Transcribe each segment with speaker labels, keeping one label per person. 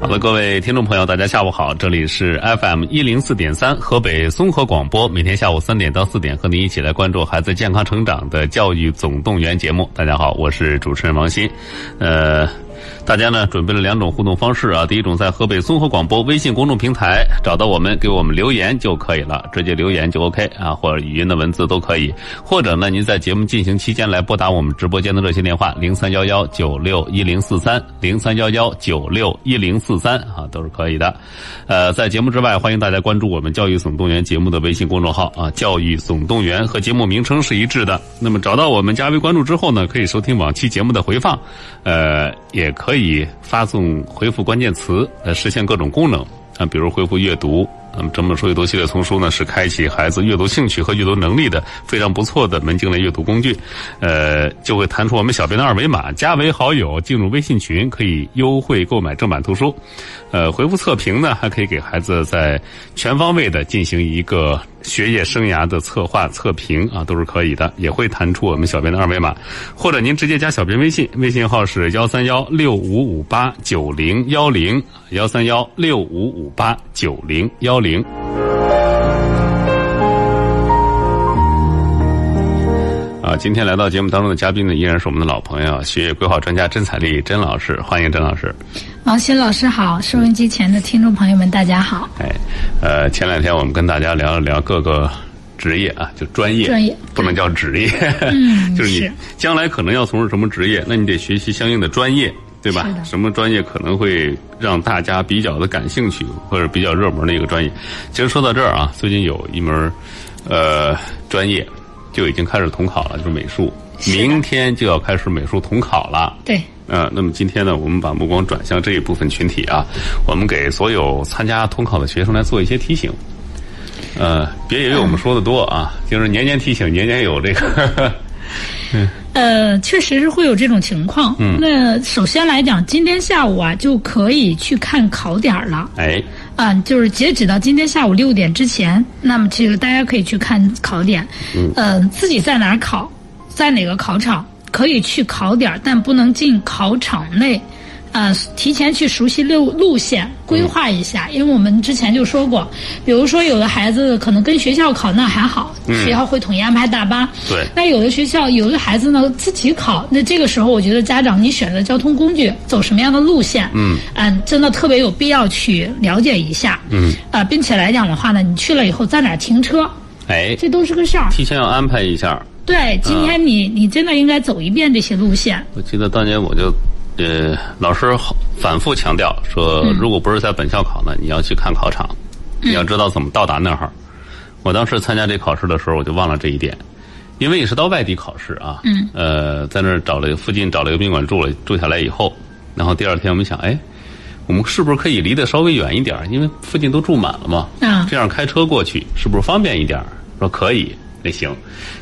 Speaker 1: 好的，各位听众朋友，大家下午好，这里是 FM 一零四点三河北综合广播，每天下午三点到四点，和您一起来关注孩子健康成长的教育总动员节目。大家好，我是主持人王鑫，呃。大家呢准备了两种互动方式啊，第一种在河北综合广播微信公众平台找到我们，给我们留言就可以了，直接留言就 OK 啊，或者语音的文字都可以，或者呢您在节目进行期间来拨打我们直播间的热线电话零三幺幺九六一零四三零三幺幺九六一零四三啊都是可以的。呃，在节目之外，欢迎大家关注我们教育总动员节目的微信公众号啊，教育总动员和节目名称是一致的。那么找到我们加微关注之后呢，可以收听往期节目的回放，呃，也可以发送回复关键词，呃，实现各种功能啊，比如恢复阅读。那么整本书阅读系列丛书呢，是开启孩子阅读兴趣和阅读能力的非常不错的门禁类阅读工具。呃，就会弹出我们小编的二维码，加为好友，进入微信群，可以优惠购买正版图书。呃，回复测评呢，还可以给孩子在全方位的进行一个学业生涯的策划测评啊，都是可以的，也会弹出我们小编的二维码，或者您直接加小编微信，微信号是幺三幺六五五八九零幺零幺三幺六五五八九零幺零。啊，今天来到节目当中的嘉宾呢，依然是我们的老朋友，学业规划专家甄彩丽甄老师，欢迎甄老师。
Speaker 2: 王鑫老师好，收音机前的听众朋友们，大家好。
Speaker 1: 哎，呃，前两天我们跟大家聊了聊各个职业啊，就专业，
Speaker 2: 专业
Speaker 1: 不能叫职业，
Speaker 2: 嗯
Speaker 1: 就是你
Speaker 2: 是
Speaker 1: 将来可能要从事什么职业，那你得学习相应的专业，对吧
Speaker 2: 是？的
Speaker 1: 什么专业可能会让大家比较的感兴趣或者比较热门的一个专业。其实说到这儿啊，最近有一门呃专业就已经开始统考了，就是美术，
Speaker 2: 是的
Speaker 1: 明天就要开始美术统考了。
Speaker 2: 对，
Speaker 1: 呃，那么今天呢，我们把目光转向这一部分群体啊，我们给所有参加统考的学生来做一些提醒。呃，别以为我们说的多啊，就是年年提醒，年年有这个
Speaker 2: 呃，确实是会有这种情况。嗯，那首先来讲，今天下午啊就可以去看考点儿了。
Speaker 1: 哎，
Speaker 2: 啊，就是截止到今天下午六点之前，那么这个大家可以去看考点，嗯、呃，自己在哪儿考，在哪个考场，可以去考点儿，但不能进考场内。呃，提前去熟悉路路线，规划一下，因为我们之前就说过，比如说有的孩子可能跟学校考那还好，学校会统一安排大巴。
Speaker 1: 对
Speaker 2: 那有的学校有的孩子呢自己考，那这个时候我觉得家长你选择交通工具走什么样的路线，嗯，嗯，真的特别有必要去了解一下，嗯，啊，并且来讲的话呢，你去了以后在哪儿停车，
Speaker 1: 哎，
Speaker 2: 这都是个事儿。
Speaker 1: 提前要安排一下。
Speaker 2: 对，今天你、你真的应该走一遍这些路线，
Speaker 1: 我记得当年我就，呃，老师好反复强调说，如果不是在本校考呢，你要去看考场，你要知道怎么到达那儿。我当时参加这考试的时候，我就忘了这一点，因为也是到外地考试啊。嗯。呃，在那儿找了附近找了一个宾馆住了，住下来以后，然后第二天我们想，哎，我们是不是可以离得稍微远一点儿？因为附近都住满了嘛。
Speaker 2: 嗯
Speaker 1: 这样开车过去是不是方便一点儿？说可以，那行。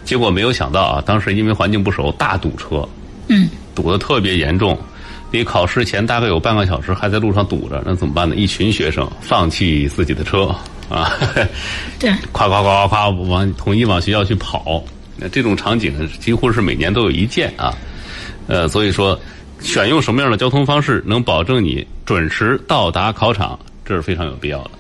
Speaker 1: 结果没有想到啊，当时因为环境不熟，大堵车。
Speaker 2: 嗯，
Speaker 1: 堵得特别严重，离考试前大概有半个小时还在路上堵着，那怎么办呢？一群学生放弃自己的车啊，
Speaker 2: 对，
Speaker 1: 夸夸夸夸夸往统一往学校去跑，那这种场景几乎是每年都有一见啊。呃，所以说，选用什么样的交通方式能保证你准时到达考场，这是非常有必要的。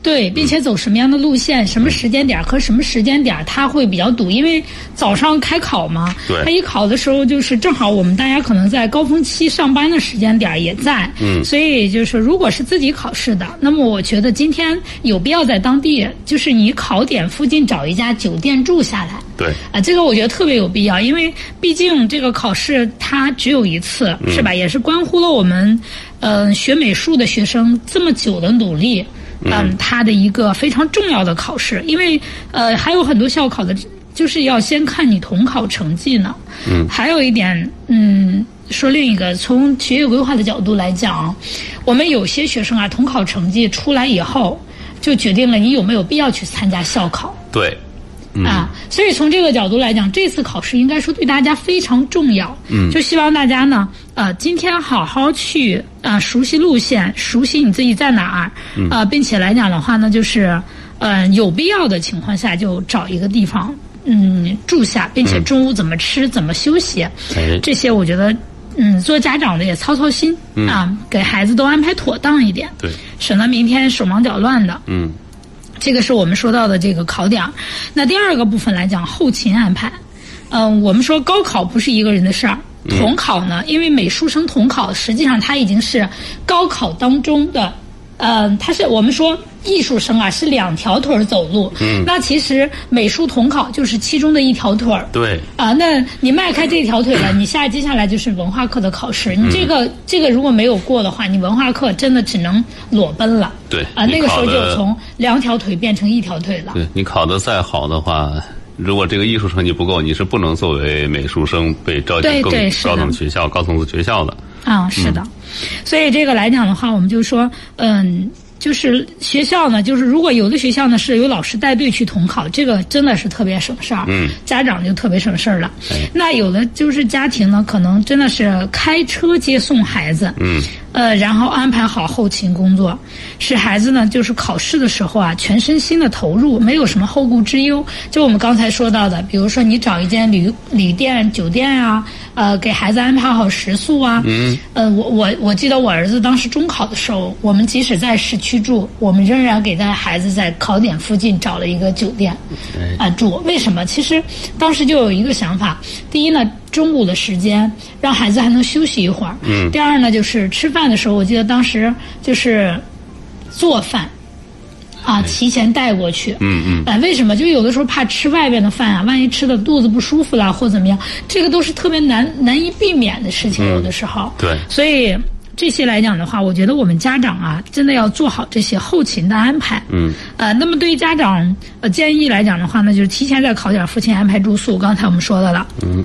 Speaker 2: 对，并且走什么样的路线、什么时间点儿和什么时间点儿，它会比较堵，因为早上开考嘛。
Speaker 1: 对
Speaker 2: 它一考的时候，就是正好我们大家可能在高峰期上班的时间点儿也在。嗯。所以就是，如果是自己考试的，那么我觉得今天有必要在当地，就是你考点附近找一家酒店住下来。
Speaker 1: 对，
Speaker 2: 啊，这个我觉得特别有必要，因为毕竟这个考试它只有一次，是吧？也是关乎了我们，嗯、学美术的学生这么久的努力，嗯，他的一个非常重要的考试，因为呃，还有很多校考的，就是要先看你统考成绩呢。嗯，还有一点，嗯。说另一个，从学业规划的角度来讲，我们有些学生啊，统考成绩出来以后，就决定了你有没有必要去参加校考。
Speaker 1: 对，
Speaker 2: 啊，所以从这个角度来讲，这次考试应该说对大家非常重要。嗯，就希望大家呢，呃，今天好好去啊、呃熟悉路线，熟悉你自己在哪儿，呃，并且来讲的话呢，就是，呃，有必要的情况下就找一个地方，嗯，住下，并且中午怎么吃，怎么休息，
Speaker 1: 哎
Speaker 2: 这些我觉得。嗯，做家长的也操操心、啊，给孩子都安排妥当一点，
Speaker 1: 对，
Speaker 2: 省得明天手忙脚乱的。
Speaker 1: 嗯，
Speaker 2: 这个是我们说到的这个考点儿。那第二个部分来讲，后勤安排。嗯、我们说高考不是一个人的事儿，统考呢，因为美术生统考实际上它已经是高考当中的，嗯、它是我们说艺术生啊是两条腿儿走路，嗯，那其实美术统考就是其中的一条腿儿，
Speaker 1: 对，
Speaker 2: 啊，那你迈开这条腿了，你下接下来就是文化课的考试。你
Speaker 1: 嗯
Speaker 2: 这个、这个如果没有过的话，你文化课真的只能裸奔了。
Speaker 1: 对
Speaker 2: 啊，
Speaker 1: 你
Speaker 2: 那个时
Speaker 1: 考
Speaker 2: 候
Speaker 1: 的
Speaker 2: 就从两条腿变成一条腿了。
Speaker 1: 对你考得再好的话，如果这个艺术成绩不够，你是不能作为美术生被招进
Speaker 2: 对
Speaker 1: 更
Speaker 2: 对是
Speaker 1: 高
Speaker 2: 的
Speaker 1: 等学校、高层次学校的。
Speaker 2: 啊，是
Speaker 1: 嗯
Speaker 2: 的，所以这个来讲的话，我们就说，嗯，就是学校呢，就是如果有的学校呢是由老师带队去统考，这个真的是特别省事儿，
Speaker 1: 嗯，
Speaker 2: 家长就特别省事儿了。
Speaker 1: 哎
Speaker 2: 那有的就是家庭呢，可能真的是开车接送孩子，
Speaker 1: 嗯，
Speaker 2: 呃，然后安排好后勤工作，使孩子呢就是考试的时候啊，全身心的投入，没有什么后顾之忧。就我们刚才说到的，比如说你找一间旅旅店、酒店啊，呃，给孩子安排好食宿啊。嗯。呃，我我我记得我儿子当时中考的时候，我们即使在市区住，我们仍然给在孩子在考点附近找了一个酒店
Speaker 1: 哎
Speaker 2: 啊、住。为什么？其实当时就有一个想法，第一呢。中午的时间，让孩子还能休息一会儿。嗯。第二呢，就是吃饭的时候，我记得当时就是做饭，啊，提前带过去。
Speaker 1: 哎嗯嗯，
Speaker 2: 哎，为什么？就有的时候怕吃外边的饭啊，万一吃的肚子不舒服啦，或怎么样，这个都是特别难难以避免的事情，有的时候。
Speaker 1: 嗯对
Speaker 2: 所以这些来讲的话，我觉得我们家长啊，真的要做好这些后勤的安排。嗯。呃，那么对于家长呃建议来讲的话呢，就是提前在考点附近安排住宿，刚才我们说的了。嗯。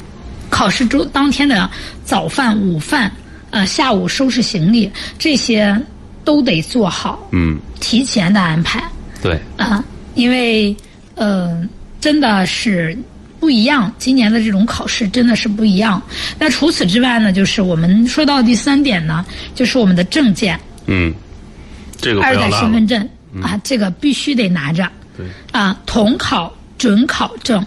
Speaker 2: 考试中当天的早饭、午饭，呃，下午收拾行李，这些都得做好。
Speaker 1: 嗯，
Speaker 2: 提前的安排。
Speaker 1: 对，
Speaker 2: 啊，因为呃，真的是不一样，今年的这种考试真的是不一样。那除此之外呢，就是我们说到第三点呢，就是我们的证件，
Speaker 1: 嗯，这个不
Speaker 2: 二
Speaker 1: 要
Speaker 2: 代
Speaker 1: 落
Speaker 2: 身份
Speaker 1: 了。嗯
Speaker 2: 证、啊，这个必须得拿着。
Speaker 1: 对
Speaker 2: 啊，统考、准考证。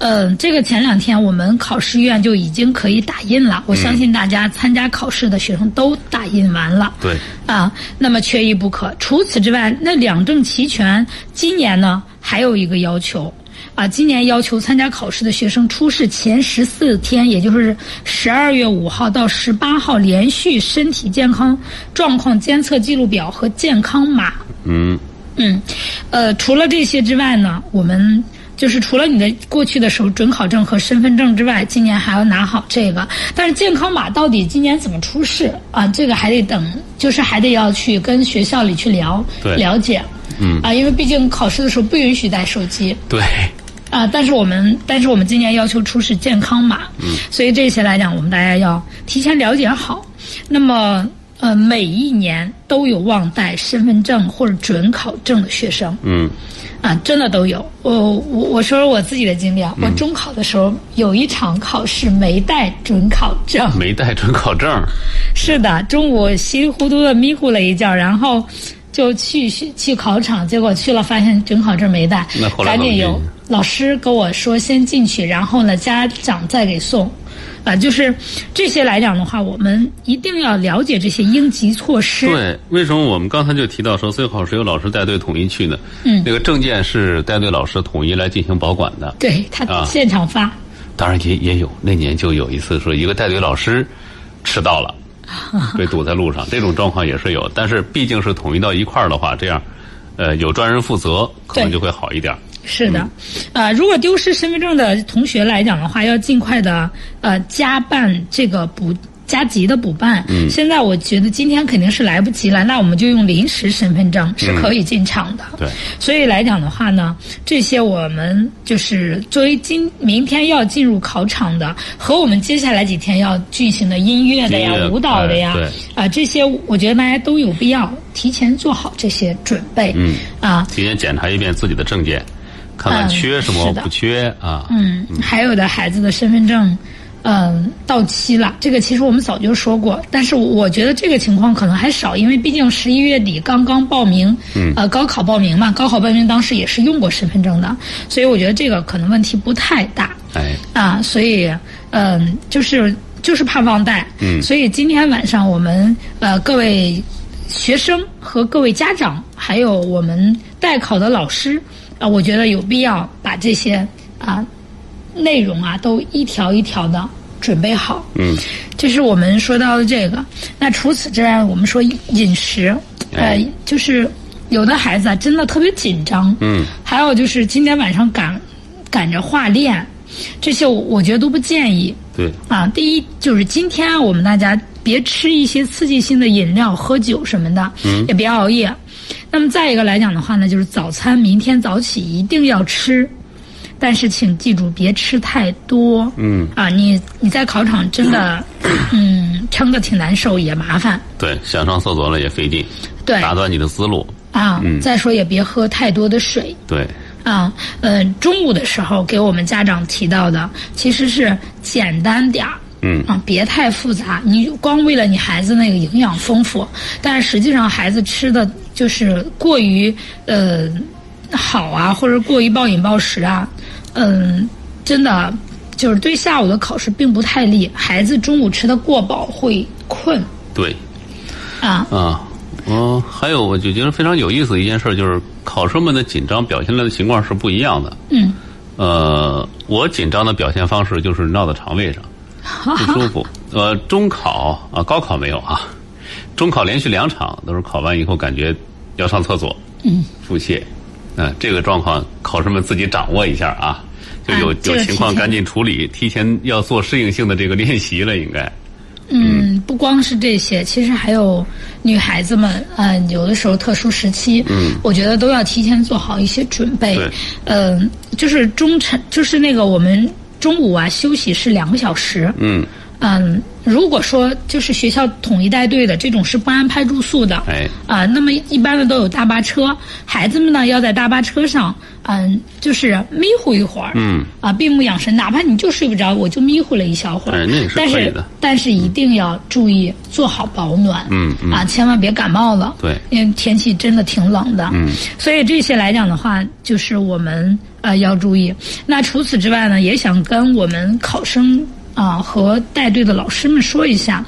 Speaker 2: 嗯，这个前两天我们考试院就已经可以打印了，我
Speaker 1: 嗯
Speaker 2: 相信大家参加考试的学生都打印完了。
Speaker 1: 对，
Speaker 2: 啊，那么缺一不可。除此之外，那两证齐全，今年呢还有一个要求。啊，今年要求参加考试的学生出示前十四天，也就是十二月五号到十八号连续身体健康状况监测记录表和健康码。
Speaker 1: 嗯，
Speaker 2: 嗯，呃，除了这些之外呢，我们就是除了你的过去的时候准考证和身份证之外，今年还要拿好这个。但是健康码到底今年怎么出示啊？这个还得等，就是还得要去跟学校里去聊
Speaker 1: 对
Speaker 2: 了解。嗯啊，因为毕竟考试的时候不允许带手机。
Speaker 1: 对，
Speaker 2: 啊，但是我们但是我们今年要求出示健康码，所以这些来讲，我们大家要提前了解好。那么，呃，每一年都有忘带身份证或者准考证的学生，
Speaker 1: 嗯，
Speaker 2: 啊，真的都有。我我我说说我自己的经历啊，我中考的时候有一场考试没带准考 证，
Speaker 1: 没带准考证儿。
Speaker 2: 是的，中午稀里糊涂的迷糊了一觉，然后就去去去考场，结果去了发现准考证没带
Speaker 1: 那后，来
Speaker 2: 赶
Speaker 1: 怎么
Speaker 2: 紧
Speaker 1: 进
Speaker 2: 有
Speaker 1: 去
Speaker 2: 老师跟我说先进去，然后呢家长再给送。啊、就是这些来讲的话，我们一定要了解这些应急措施。
Speaker 1: 对，为什么我们刚才就提到说，最好是由老师带队统一去呢？
Speaker 2: 嗯
Speaker 1: 那个证件是带队老师统一来进行保管的。
Speaker 2: 对他
Speaker 1: 啊
Speaker 2: 现场发，
Speaker 1: 当然也也有，那年就有一次说一个带队老师迟到 了，被堵在路上，这种状况也是有。但是毕竟是统一到一块儿的话，这样，呃，有专人负责，可能
Speaker 2: 对
Speaker 1: 就会好一点儿。
Speaker 2: 是的，呃，如果丢失身份证的同学来讲的话，要尽快的呃加办这个补加急的补办。嗯，现在我觉得今天肯定是来不及了，那我们就用临时身份证是可以进场的。
Speaker 1: 嗯对，
Speaker 2: 所以来讲的话呢，这些我们就是作为今明天要进入考场的，和我们接下来几天要进行的音乐的呀
Speaker 1: 音乐、
Speaker 2: 舞蹈的
Speaker 1: 哎，
Speaker 2: 呀
Speaker 1: 对
Speaker 2: 啊、这些我觉得大家都有必要提前做好这些准备。
Speaker 1: 嗯，
Speaker 2: 啊、
Speaker 1: 提前检查一遍自己的证件，看看
Speaker 2: 嗯
Speaker 1: 缺什么
Speaker 2: 是的
Speaker 1: 不缺啊。
Speaker 2: 嗯，还有的孩子的身份证，嗯，到期了。这个其实我们早就说过，但是我觉得这个情况可能还少，因为毕竟十一月底刚刚报名，嗯，呃，高考报名嘛，高考报名当时也是用过身份证的，所以我觉得这个可能问题不太大
Speaker 1: 哎，
Speaker 2: 啊。所以，嗯，就是就是怕忘带，嗯，所以今天晚上我们呃各位学生和各位家长，还有我们代考的老师啊、我觉得有必要把这些啊、内容啊都一条一条的准备好。
Speaker 1: 嗯，
Speaker 2: 这是我们说到的这个。那除此之外，我们说饮食，呃
Speaker 1: 哎，
Speaker 2: 就是有的孩子啊真的特别紧张。
Speaker 1: 嗯，
Speaker 2: 还有就是今天晚上赶赶着化练，这些我我觉得都不建议。
Speaker 1: 对，
Speaker 2: 啊，第一就是今天啊我们大家别吃一些刺激性的饮料、喝酒什么的，
Speaker 1: 嗯
Speaker 2: 也别熬夜。那么再一个来讲的话呢，就是早餐明天早起一定要吃，但是请记住别吃太多。
Speaker 1: 嗯，
Speaker 2: 啊，你你在考场 真的，嗯，撑的挺难受，也麻烦。
Speaker 1: 对，想上厕所了也费劲，
Speaker 2: 对
Speaker 1: 打嗯断你的思路。
Speaker 2: 啊，再说也别喝太多的水。
Speaker 1: 对，
Speaker 2: 啊，呃，中午的时候给我们家长提到的，其实是简单点儿。
Speaker 1: 嗯
Speaker 2: 啊，别太复杂。你光为了你孩子那个营养丰富，但是实际上孩子吃的就是过于呃好啊，或者过于暴饮暴食啊，嗯、真的就是对下午的考试并不太利。孩子中午吃的过饱会困
Speaker 1: 对，
Speaker 2: 啊，
Speaker 1: 啊，嗯，还有我就觉得非常有意思的一件事儿就是，考生们的紧张表现的情况是不一样的。
Speaker 2: 嗯，
Speaker 1: 呃，我紧张的表现方式就是闹到肠胃 上，不舒服。呃，中考啊，高考没有啊，中考连续两场都是考完以后感觉要上厕所，嗯，腹泻，嗯、这个状况考生们自己掌握一下啊，就有、
Speaker 2: 啊这
Speaker 1: 有
Speaker 2: 个
Speaker 1: 情况
Speaker 2: 提前
Speaker 1: 赶紧处理，提前要做适应性的这个练习了，应该。
Speaker 2: 嗯，不光是这些，其实还有女孩子们，嗯、有的时候特殊时期，嗯，我觉得都要提前做好一些准备
Speaker 1: 对。
Speaker 2: 嗯、就是中晨，就是那个我们中午啊休息是两个小时。
Speaker 1: 嗯，
Speaker 2: 嗯，如果说就是学校统一带队的这种是不安排住宿的。
Speaker 1: 哎
Speaker 2: 啊、那么一般的都有大巴车，孩子们呢要在大巴车上，嗯、就是迷糊一会儿，
Speaker 1: 嗯，
Speaker 2: 啊，闭目养神，哪怕你就睡不着，我就迷糊了一小会儿，
Speaker 1: 哎那也是
Speaker 2: 但
Speaker 1: 可以
Speaker 2: 是
Speaker 1: 的
Speaker 2: 但是一定要注意做好保暖，
Speaker 1: 嗯嗯
Speaker 2: 啊，千万别感冒了，
Speaker 1: 对
Speaker 2: 因为天气真的挺冷的，嗯，所以这些来讲的话，就是我们呃要注意。那除此之外呢，也想跟我们考生啊、和带队的老师们说一下，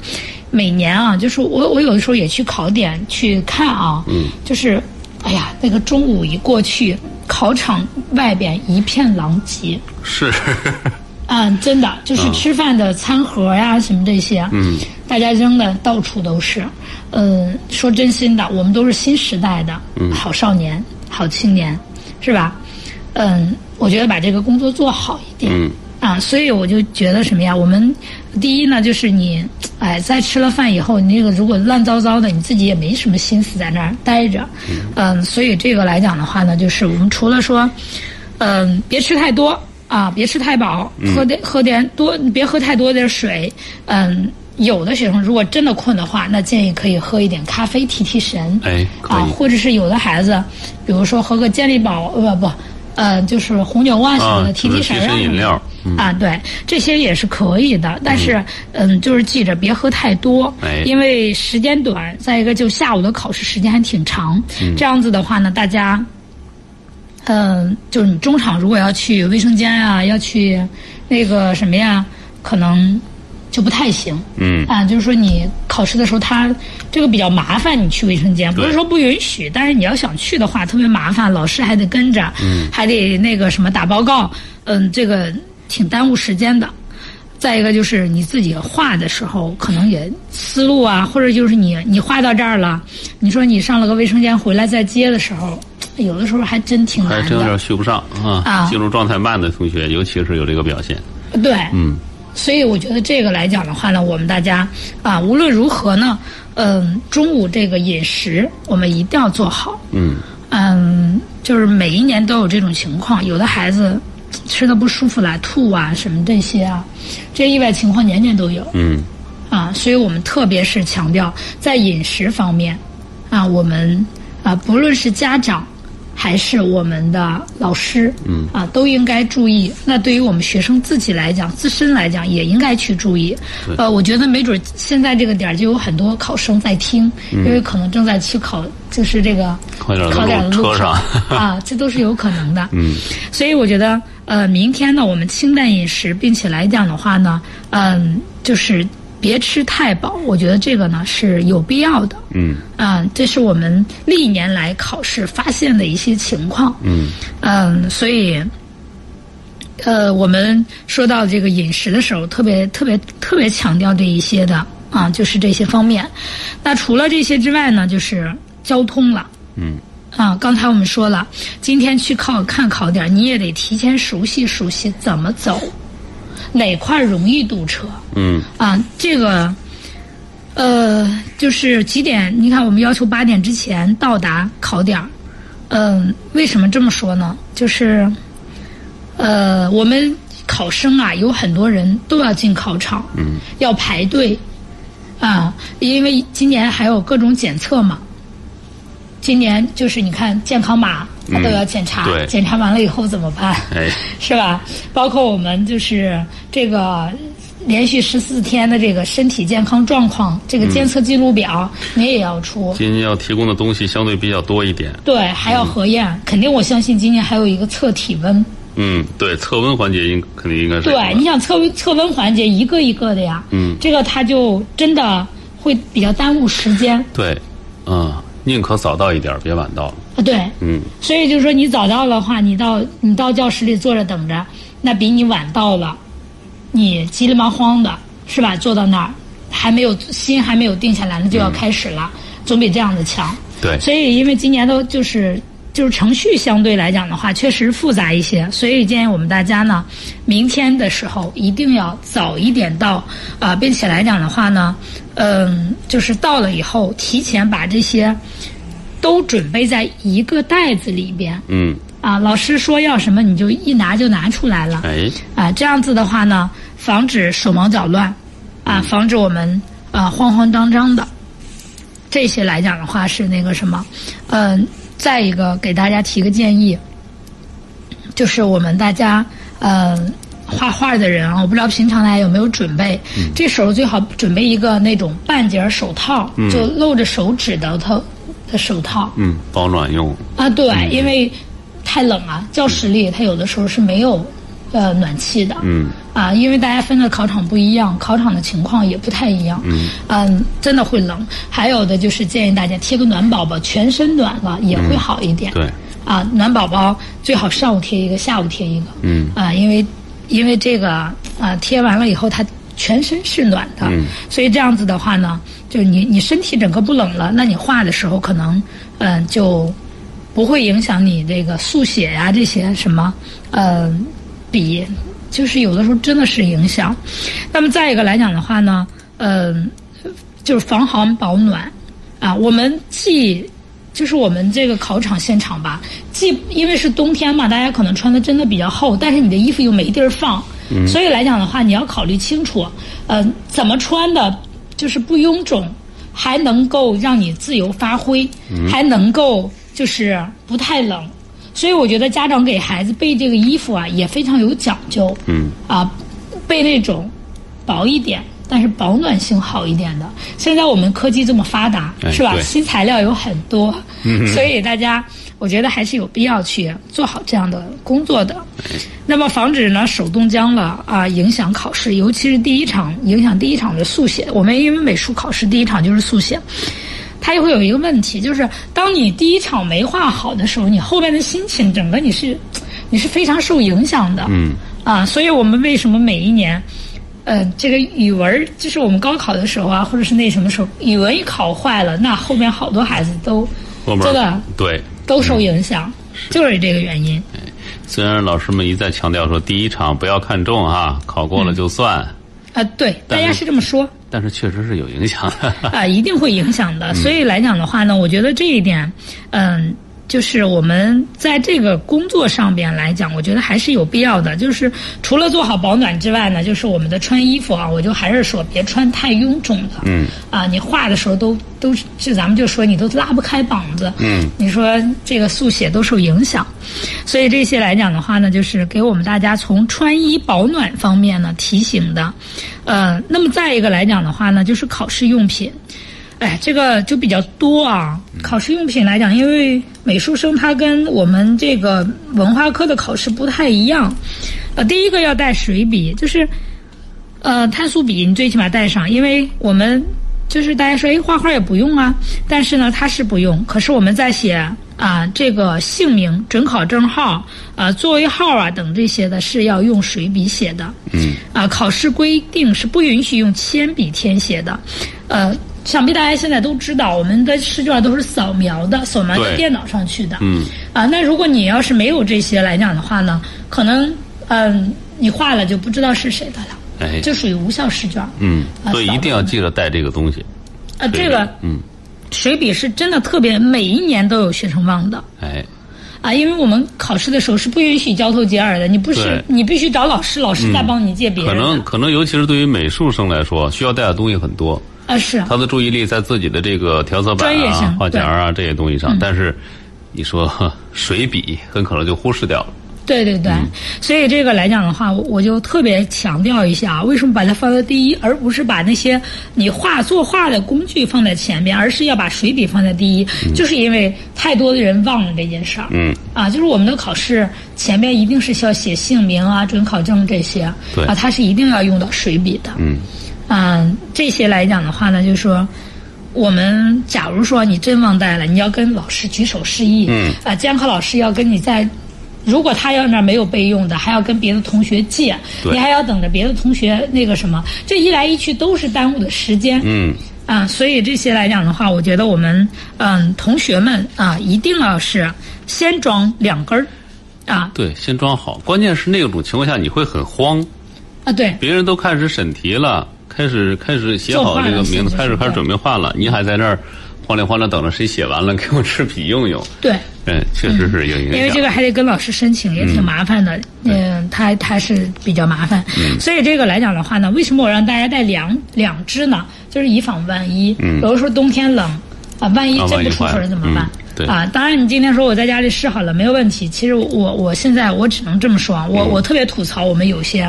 Speaker 2: 每年啊，就是我我有的时候也去考点去看啊，嗯，就是哎呀，那个中午一过去，考场外边一片狼藉，
Speaker 1: 是，
Speaker 2: 嗯，真的就是吃饭的餐盒呀、什么这些，嗯，大家扔的到处都是。嗯，说真心的，我们都是新时代的好少年、好青年，是吧？嗯，我觉得把这个工作做好一点。
Speaker 1: 嗯
Speaker 2: 啊，所以我就觉得什么呀？我们第一呢，就是你，哎，在吃了饭以后，你这个如果乱糟糟的，你自己也没什么心思在那儿待着，嗯，所以这个来讲的话呢，就是我们除了说，嗯，别吃太多啊，别吃太饱，
Speaker 1: 嗯
Speaker 2: 喝点喝点多，别喝太多的水，嗯。有的学生如果真的困的话，那建议可以喝一点咖啡提提神，
Speaker 1: 哎可以
Speaker 2: 啊，或者是有的孩子，比如说喝个健力宝，呃不，呃就是红牛啊什么
Speaker 1: 啊
Speaker 2: 的提提神
Speaker 1: 就是提
Speaker 2: 啊什
Speaker 1: 神
Speaker 2: 么的，
Speaker 1: 饮料嗯
Speaker 2: 啊，对，这些也是可以的，但是，嗯，就是记着别喝太多，
Speaker 1: 哎
Speaker 2: 因为时间短，再一个就下午的考试时间还挺长，
Speaker 1: 嗯
Speaker 2: 这样子的话呢，大家，嗯、就是你中场如果要去卫生间啊，要去那个什么呀，可能就不太行。
Speaker 1: 嗯
Speaker 2: 啊，就是说你考试的时候，它这个比较麻烦，你去卫生间不是
Speaker 1: 对
Speaker 2: 说不允许，但是你要想去的话，特别麻烦，老师还得跟着，
Speaker 1: 嗯
Speaker 2: 还得那个什么打报告，嗯，这个挺耽误时间的。再一个就是你自己画的时候，可能也思路啊，或者就是你你画到这儿了，你说你上了个卫生间回来再接的时候，有的时候还真挺
Speaker 1: 还
Speaker 2: 难
Speaker 1: 真有
Speaker 2: 的
Speaker 1: 点。续不上啊。
Speaker 2: 啊
Speaker 1: 进入状态慢的同学，尤其是有这个表现。
Speaker 2: 对，
Speaker 1: 嗯，
Speaker 2: 所以我觉得这个来讲的话呢，我们大家啊，无论如何呢，嗯，中午这个饮食我们一定要做好。
Speaker 1: 嗯，
Speaker 2: 嗯，就是每一年都有这种情况，有的孩子吃的不舒服啦、吐啊什么这些啊，这意外情况年年都有。
Speaker 1: 嗯，
Speaker 2: 啊，所以我们特别是强调在饮食方面，啊，我们啊，不论是家长还是我们的老师，嗯，啊，都应该注意。那对于我们学生自己来讲，自身来讲也应该去注意。呃，我觉得没准现在这个点儿就有很多考生在听，因为可能正在去考，就是这个
Speaker 1: 考嗯点儿的
Speaker 2: 考点儿的
Speaker 1: 路
Speaker 2: 路
Speaker 1: 车上
Speaker 2: 啊，这都是有可能的。嗯，所以我觉得，呃，明天呢，我们清淡饮食，并且来讲的话呢，嗯、就是别吃太饱，我觉得这个呢是有必要的。
Speaker 1: 嗯
Speaker 2: 嗯，这是我们历年来考试发现的一些情况。
Speaker 1: 嗯
Speaker 2: 嗯，所以，呃，我们说到这个饮食的时候，特别特别特别强调这一些的啊，就是这些方面。那除了这些之外呢，就是交通了。
Speaker 1: 嗯。
Speaker 2: 啊，刚才我们说了，今天去考看考点，你也得提前熟悉熟悉怎么走，哪块儿容易堵车。
Speaker 1: 嗯
Speaker 2: 啊，这个，呃，就是几点？你看，我们要求八点之前到达考点儿。嗯、为什么这么说呢？就是，呃，我们考生啊，有很多人都要进考场，嗯，要排队，啊，因为今年还有各种检测嘛。今年就是你看健康码，它都要检查，
Speaker 1: 嗯对
Speaker 2: 检查完了以后怎么办？
Speaker 1: 哎，
Speaker 2: 是吧？包括我们就是这个连续十四天的这个身体健康状况，这个监测记录表、你也要出。
Speaker 1: 今天要提供的东西相对比较多一点。
Speaker 2: 对，还要核验，肯定我相信今年还有一个测体温。
Speaker 1: 嗯，对，测温环节应肯定应该是有
Speaker 2: 对，
Speaker 1: 的
Speaker 2: 你想测温测温环节一个一个的呀，
Speaker 1: 嗯
Speaker 2: 这个它就真的会比较耽误时间
Speaker 1: 对，嗯，宁可早到一点儿，别晚到。
Speaker 2: 啊。对，
Speaker 1: 嗯
Speaker 2: 所以就是说，你早到的话，你到你到教室里坐着等着，那比你晚到了，你急里忙慌的是吧？坐到那儿还没有心还没有定下来，那就要开始了，总比这样的强。
Speaker 1: 对
Speaker 2: 所以因为今年都就是就是程序相对来讲的话，确实复杂一些，所以建议我们大家呢，明天的时候一定要早一点到啊、并且来讲的话呢，嗯、就是到了以后，提前把这些都准备在一个袋子里边
Speaker 1: 嗯，
Speaker 2: 啊，老师说要什么你就一拿就拿出来了。
Speaker 1: 哎，
Speaker 2: 啊，这样子的话呢，防止手忙脚乱，啊，防止我们啊慌慌张张的。这些来讲的话是那个什么，嗯、再一个给大家提个建议，就是我们大家呃画画的人啊，我不知道平常大家有没有准备，这时候最好准备一个那种半截儿手套，就露着手指的头的手套，
Speaker 1: 嗯，保暖用。
Speaker 2: 啊，对，因为太冷啊了，教室里它有的时候是没有呃暖气的。
Speaker 1: 嗯
Speaker 2: 啊，因为大家分的考场不一样，考场的情况也不太一样。嗯，真的会冷。还有的就是建议大家贴个暖宝宝，全身暖了也会好一点。
Speaker 1: 对，
Speaker 2: 啊，暖宝宝最好上午贴一个，下午贴一个。
Speaker 1: 嗯，
Speaker 2: 啊，因为因为这个啊，贴完了以后它全身是暖的，
Speaker 1: 嗯
Speaker 2: 所以这样子的话呢，就是你你身体整个不冷了，那你画的时候可能嗯、呃就不会影响你这个速写呀、这些什么呃笔，就是有的时候真的是影响。那么再一个来讲的话呢，嗯、就是防寒保暖啊。我们既就是我们这个考场现场吧，既因为是冬天嘛，大家可能穿的真的比较厚，但是你的衣服又没地儿放，所以来讲的话，你要考虑清楚，呃，怎么穿的，就是不臃肿，还能够让你自由发挥，还能够就是不太冷。所以我觉得家长给孩子备这个衣服啊，也非常有讲究。
Speaker 1: 嗯，
Speaker 2: 啊，备那种薄一点，但是保暖性好一点的。现在我们科技这么发达，
Speaker 1: 哎
Speaker 2: 是吧？
Speaker 1: 对嗯
Speaker 2: 新材料有很多，所以大家我觉得还是有必要去做好这样的工作的。
Speaker 1: 哎
Speaker 2: 那么防止呢手冻僵了啊，影响考试，尤其是第一场影响第一场的速写。我们因为美术考试第一场就是速写。它就会有一个问题，就是当你第一场没画好的时候，你后边的心情，整个你是，你是非常受影响的。嗯，啊，所以我们为什么每一年，呃，这个语文儿就是我们高考的时候啊，或者是那什么时候，语文一考坏了，那后面好多孩子都
Speaker 1: 后面
Speaker 2: 真的
Speaker 1: 对
Speaker 2: 都受影响，就是这个原因。
Speaker 1: 虽然老师们一再强调说第一场不要看重啊，考过
Speaker 2: 嗯
Speaker 1: 了就算，
Speaker 2: 啊，对，大
Speaker 1: 但
Speaker 2: 家
Speaker 1: 是
Speaker 2: 是这么说。
Speaker 1: 但是确实是有影响的。
Speaker 2: 啊，一定会影响的。所以来讲的话呢，我觉得这一点，嗯，就是我们在这个工作上边来讲，我觉得还是有必要的。就是除了做好保暖之外呢，就是我们的穿衣服啊，我就还是说别穿太臃肿的。嗯。啊，你画的时候都都是，就咱们就说你都拉不开膀子。嗯。你说这个速写都受影响，所以这些来讲的话呢，就是给我们大家从穿衣保暖方面呢提醒的。呃，那么再一个来讲的话呢，就是考试用品。哎，这个就比较多啊。考试用品来讲，因为美术生他跟我们这个文化课的考试不太一样。呃，第一个要带水笔，就是呃碳素笔，你最起码带上，因为我们就是大家说，哎，画画也不用啊，但是呢，它是不用。可是我们在写啊、这个姓名、准考证号啊、座位号啊等这些的，是要用水笔写的。嗯。啊、考试规定是不允许用铅笔填写的。呃，想必大家现在都知道，我们的试卷都是扫描的，扫描到
Speaker 1: 对
Speaker 2: 电脑上去的。嗯。啊、那如果你要是没有这些来讲的话呢，可能嗯、你画了就不知道是谁的了。
Speaker 1: 哎，
Speaker 2: 就属于无效试卷。
Speaker 1: 嗯，
Speaker 2: 啊
Speaker 1: 所以一定要记着带这个东西。
Speaker 2: 呃，这
Speaker 1: 对
Speaker 2: 个
Speaker 1: 嗯，
Speaker 2: 水笔是真的特别，每一年都有学生忘的
Speaker 1: 哎，
Speaker 2: 啊，因为我们考试的时候是不允许交头接耳的，你不是
Speaker 1: 对嗯
Speaker 2: 你必须找老师，老师再帮你借别
Speaker 1: 可
Speaker 2: 人的。
Speaker 1: 能可能，尤其是对于美术生来说，需要带的东西很多，
Speaker 2: 啊是
Speaker 1: 他的注意力在自己的这个调色板
Speaker 2: 专业嗯
Speaker 1: 啊
Speaker 2: 性、
Speaker 1: 画夹啊这些东西上，但是你说 呵水笔很可能就忽视掉了。
Speaker 2: 对对
Speaker 1: 嗯
Speaker 2: 对，所以这个来讲的话，我我就特别强调一下，为什么把它放在第一，而不是把那些你画作画的工具放在前面，而是要把水笔放在第一，就是因为太多的人忘了这件事儿。
Speaker 1: 嗯，
Speaker 2: 啊，就是我们的考试前面一定是需要写姓名啊、准考证这些，
Speaker 1: 对
Speaker 2: 啊，它是一定要用到水笔的。
Speaker 1: 嗯，
Speaker 2: 嗯，这些来讲的话呢，就是说，我们假如说你真忘带了，你要跟老师举手示意。嗯。啊，监考老师要跟你在，如果他要那儿没有备用的，还要跟别的同学借，
Speaker 1: 对
Speaker 2: 你还要等着别的同学那个什么，这一来一去都是耽误的时间。
Speaker 1: 嗯，
Speaker 2: 啊，所以这些来讲的话，我觉得我们嗯同学们啊，一定要是先装两根儿，啊
Speaker 1: 对，先装好。关键是那种情况下你会很慌，
Speaker 2: 啊对，
Speaker 1: 别人都开始审题了，开始开始写好这个名
Speaker 2: 做画了
Speaker 1: 字，
Speaker 2: 是
Speaker 1: 开始开始准备画了，您还在那儿晃来晃来等着谁写完了 给我吃笔用用。
Speaker 2: 对。
Speaker 1: 嗯，确实是有影响。
Speaker 2: 因为这个还得跟老师申请，也挺麻烦的。嗯，它它是比较麻烦，所以这个来讲的话呢，为什么我让大家带两两只呢？就是以防万一。有的时候冬天冷啊，万一
Speaker 1: 啊
Speaker 2: 真
Speaker 1: 万一
Speaker 2: 不出
Speaker 1: 坏
Speaker 2: 事儿
Speaker 1: 了
Speaker 2: 怎么
Speaker 1: 嗯
Speaker 2: 办？
Speaker 1: 对
Speaker 2: 啊，当然你今天说我在家里试好了没有问题，其实我我现在我只能这么说，啊，
Speaker 1: 嗯
Speaker 2: 我我特别吐槽我们有些，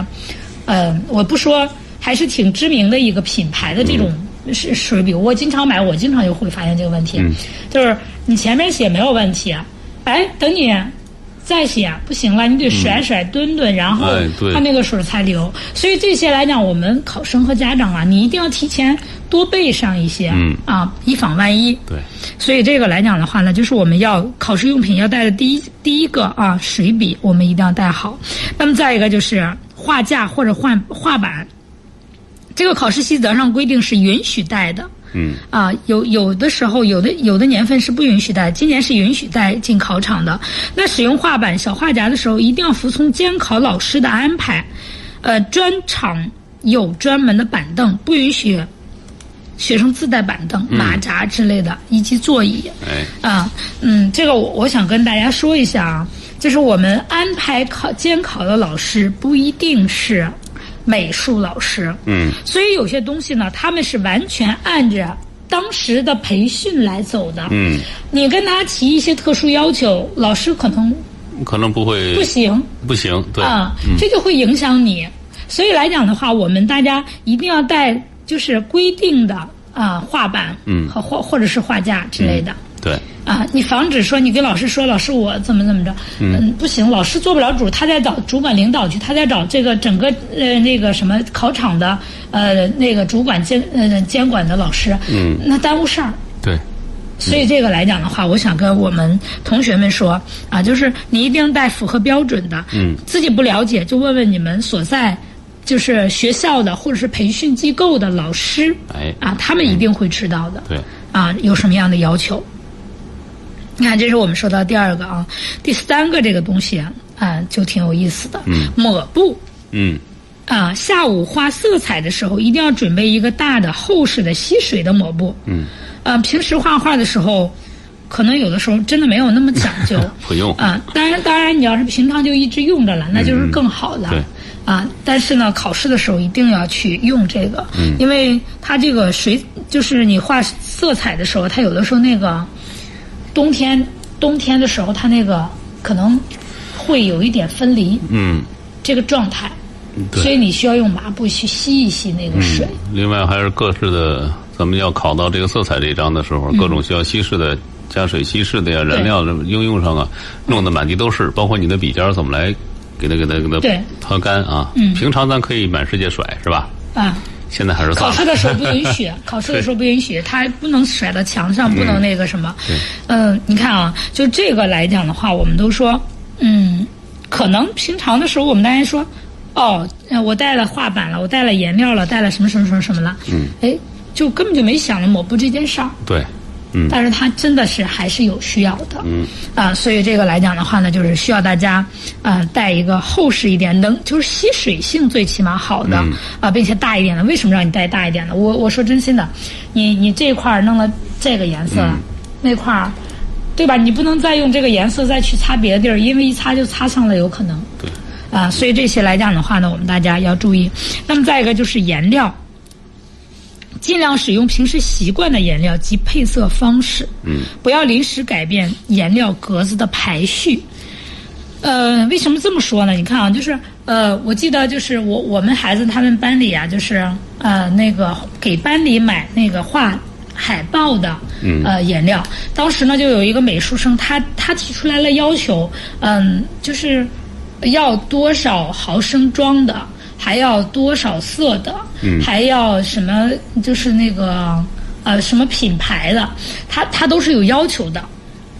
Speaker 2: 嗯，我不说还是挺知名的一个品牌的这种。
Speaker 1: 嗯
Speaker 2: 是水笔，我经常买，我经常就会发现这个问题，就是你前面写没有问题，哎，等你再写不行了，你得甩甩蹲蹲，然后
Speaker 1: 嗯哎对
Speaker 2: 它那个水才流。所以这些来讲，我们考生和家长啊，你一定要提前多备上一些，
Speaker 1: 嗯
Speaker 2: 啊，以防万一。
Speaker 1: 对，
Speaker 2: 所以这个来讲的话呢，就是我们要考试用品要带的第一第一个啊，水笔我们一定要带好。那么再一个就是画架或者画画板，这个考试细则上规定是允许带的。
Speaker 1: 嗯，
Speaker 2: 啊，有有的时候，有的有的年份是不允许带，今年是允许带进考场的。那使用画板、小画夹的时候，一定要服从监考老师的安排。呃，专场有专门的板凳，不允许学生自带板凳、马扎之类的，以及座椅。
Speaker 1: 哎，
Speaker 2: 啊，嗯，这个我我想跟大家说一下啊，就是我们安排考监考的老师不一定是美术老师，
Speaker 1: 嗯，
Speaker 2: 所以有些东西呢，他们是完全按着当时的培训来走的，
Speaker 1: 嗯，
Speaker 2: 你跟他提一些特殊要求，老师可能
Speaker 1: 可能不会
Speaker 2: 不行，
Speaker 1: 不行，对，
Speaker 2: 啊，这就会影响你。所以来讲的话，我们大家一定要带就是规定的啊画板，
Speaker 1: 嗯
Speaker 2: 和或或者是画架之类的。
Speaker 1: 对，
Speaker 2: 啊，你防止说你跟老师说，老师我怎么怎么着，嗯，不行，老师做不了主，他在找主管领导去，他在找这个整个呃那个什么考场的呃那个主管监呃监管的老师，嗯，那耽误事儿。
Speaker 1: 对，
Speaker 2: 所以这个来讲的话，我想跟我们同学们说啊，就是你一定带符合标准的，嗯，自己不了解就问问你们所在就是学校的或者是培训机构的老师，
Speaker 1: 哎
Speaker 2: 啊，他们一定会知道的，
Speaker 1: 对，
Speaker 2: 啊，有什么样的要求。你看，这是我们说到第二个啊，第三个这个东西啊，啊就挺有意思的。嗯，抹布
Speaker 1: 嗯
Speaker 2: 啊，下午画色彩的时候一定要准备一个大的、厚实的、吸水的抹布。嗯，啊，平时画画的时候，可能有的时候真的没有那么讲究。
Speaker 1: 不用嗯
Speaker 2: 啊，当然，当然，你要是平常就一直用着了，那就是更好的。
Speaker 1: 对
Speaker 2: 啊，但是呢，考试的时候一定要去用这个，
Speaker 1: 嗯
Speaker 2: 因为它这个水，就是你画色彩的时候，它有的时候那个冬天冬天的时候，它那个可能会有一点分离，
Speaker 1: 嗯，
Speaker 2: 这个状态，
Speaker 1: 对
Speaker 2: 所以你需要用麻布去吸一吸那个水。
Speaker 1: 另外还是各式的，咱们要考到这个色彩这一章的时
Speaker 2: 嗯
Speaker 1: 候，各种需要稀释的、加水稀释的呀、燃料的应用上啊，弄得满地都是，包括你的笔尖儿怎么来给它给它给它
Speaker 2: 对嗯
Speaker 1: 擦干啊。平常咱可以满世界甩是吧？
Speaker 2: 啊，
Speaker 1: 现在还是算了
Speaker 2: 考试的时候不允许，考试的时候不允许，它不能甩到墙上，不能那个什么。嗯，你看啊，就这个来讲的话，我们都说，嗯，可能平常的时候我们大家说，哦，呃我带了画板了，我带了颜料了，带了什么什么什么什么了，嗯，哎，就根本就没想着抹布这件事儿。
Speaker 1: 对，
Speaker 2: 但是它真的是还是有需要的，嗯，啊，所以这个来讲的话呢，就是需要大家，啊、带一个厚实一点，能就是吸水性最起码好的，啊，并且大一点的。为什么让你带大一点的？我我说真心的，你你这块儿弄了这个颜色，那块儿，对吧？你不能再用这个颜色再去擦别的地儿，因为一擦就擦上了，有可能。对。啊，所以这些来讲的话呢，我们大家要注意。那么再一个就是颜料，尽量使用平时习惯的颜料及配色方式，嗯，不要临时改变颜料格子的排序。呃，为什么这么说呢？你看啊，就是呃，我记得就是我我们孩子他们班里啊，就是呃那个给班里买那个画海报的呃颜料，当时呢就有一个美术生，他他提出来了要求，嗯、就是要多少毫升装的，还要多少色的，还要什么就是那个呃什么品牌的，它它都是有要求的。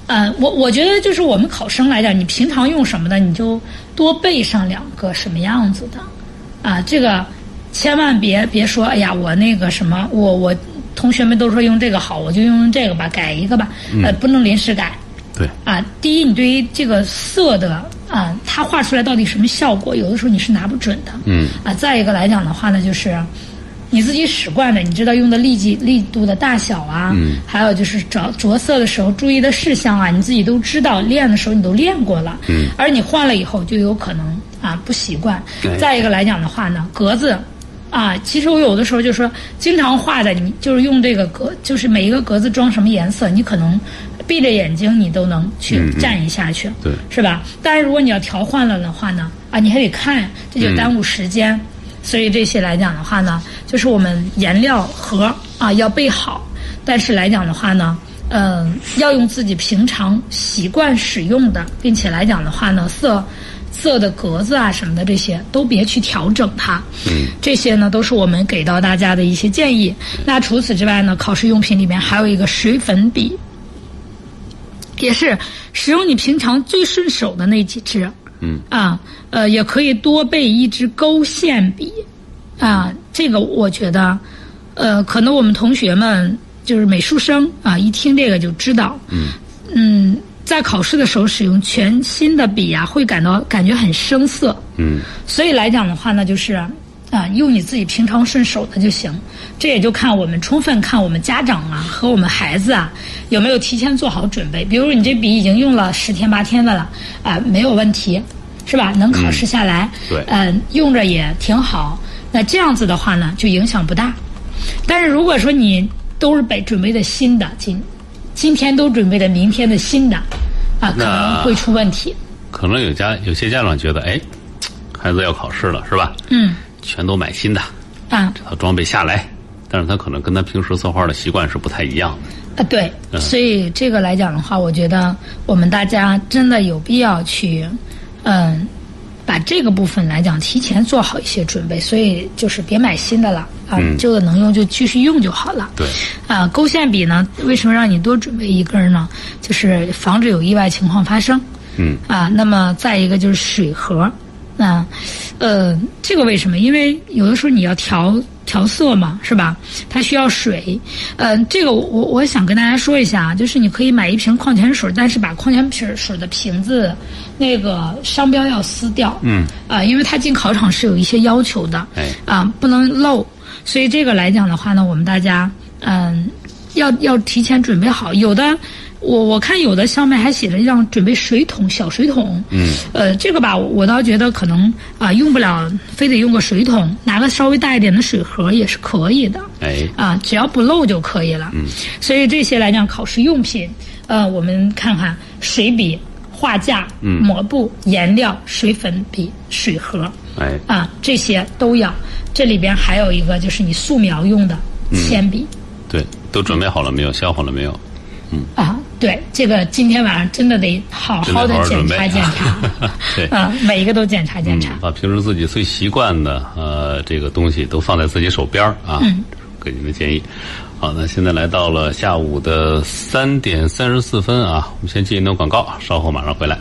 Speaker 2: 嗯，我我觉得就是我们考生来讲，你平常用什么的，你就多备上两个什么样子的，啊，这个千万别别说，哎呀，我那个什么，我我同学们都说用这个好，我就用这个吧，改一个吧，呃，不能临时改。
Speaker 1: 对，
Speaker 2: 啊，第一，你对于这个色的啊，它画出来到底什么效果，有的时候你是拿不准的。
Speaker 1: 嗯。
Speaker 2: 啊，再一个来讲的话呢，就是你自己使惯的，你知道用的力气力度的大小啊，嗯、还有就是着着色的时候注意的事项啊，你自己都知道，练的时候你都练过了。嗯。而你换了以后，就有可能啊不习惯。
Speaker 1: 对
Speaker 2: 再一个来讲的话呢，格子。啊，其实我有的时候就说，经常画的，你就是用这个格，就是每一个格子装什么颜色，你可能闭着眼睛你都能去站一下去，
Speaker 1: 对
Speaker 2: 是吧？但是如果你要调换了的话呢，啊，你还得看，这就耽误时间。所以这些来讲的话呢，就是我们颜料盒啊要备好，但是来讲的话呢。嗯，要用自己平常习惯使用的，并且来讲的话呢，色色的格子啊什么的这些都别去调整它。嗯，这些呢都是我们给到大家的一些建议。那除此之外呢，考试用品里面还有一个水粉笔，也是使用你平常最顺手的那几支。嗯啊，呃，也可以多备一支勾线笔。啊，这个我觉得，呃，可能我们同学们就是美术生啊，一听这个就知道。嗯在考试的时候使用全新的笔啊，会感到感觉很生涩。
Speaker 1: 嗯，
Speaker 2: 所以来讲的话呢，就是啊、用你自己平常顺手的就行。这也就看我们充分看我们家长啊和我们孩子啊有没有提前做好准备。比如你这笔已经用了十天八天的了啊、没有问题，是吧？能考试下来，
Speaker 1: 对
Speaker 2: 嗯、用着也挺好。那这样子的话呢，就影响不大。但是如果说你都是备准备的新的，今今天都准备的明天的新的，啊，可能会出问题。
Speaker 1: 可能有家有些家长觉得，哎，孩子要考试了是吧？
Speaker 2: 嗯，
Speaker 1: 全都买新的，
Speaker 2: 啊
Speaker 1: 这套装备下来，但是他可能跟他平时策划的习惯是不太一样的。
Speaker 2: 啊，对，所以这个来讲的话，我觉得我们大家真的有必要去，嗯，把这个部分来讲提前做好一些准备。所以就是别买新的了啊，旧的能用就继续用就好了。
Speaker 1: 对，
Speaker 2: 啊，勾线笔呢，为什么让你多准备一根儿呢？就是防止有意外情况发生。
Speaker 1: 嗯，
Speaker 2: 啊，那么再一个就是水盒，啊，呃，这个为什么？因为有的时候你要调调色嘛，是吧？它需要水，嗯、这个我我我想跟大家说一下啊，就是你可以买一瓶矿泉水，但是把矿泉水水的瓶子那个商标要撕掉，嗯，啊、因为它进考场是有一些要求的，
Speaker 1: 哎
Speaker 2: 啊、不能漏，所以这个来讲的话呢，我们大家嗯、要要提前准备好，有的。我我看有的上面还写着让准备水桶、小水桶，嗯，呃，这个吧，我倒觉得可能啊、用不了，非得用个水桶，拿个稍微大一点的水盒也是可以的，
Speaker 1: 哎，
Speaker 2: 啊，只要不漏就可以了。嗯，所以这些来讲，考试用品，呃，我们看看水笔、画架、嗯、抹布、颜料、水粉笔、水盒，
Speaker 1: 哎，
Speaker 2: 啊，这些都要。这里边还有一个就是你素描用的
Speaker 1: 嗯
Speaker 2: 铅笔、
Speaker 1: 对，都准备好了没有？消好了没有？
Speaker 2: 啊，对，这个今天晚上真的得好
Speaker 1: 真的好
Speaker 2: 好的
Speaker 1: 好
Speaker 2: 检
Speaker 1: 准备
Speaker 2: 查检查，
Speaker 1: 对。嗯
Speaker 2: 啊，每一个都检查检查。
Speaker 1: 把平时自己最习惯的呃这个东西都放在自己手边儿啊，给您的建议。好，那现在来到了下午的三点三十四分啊，我们先进一段广告，稍后马上回来。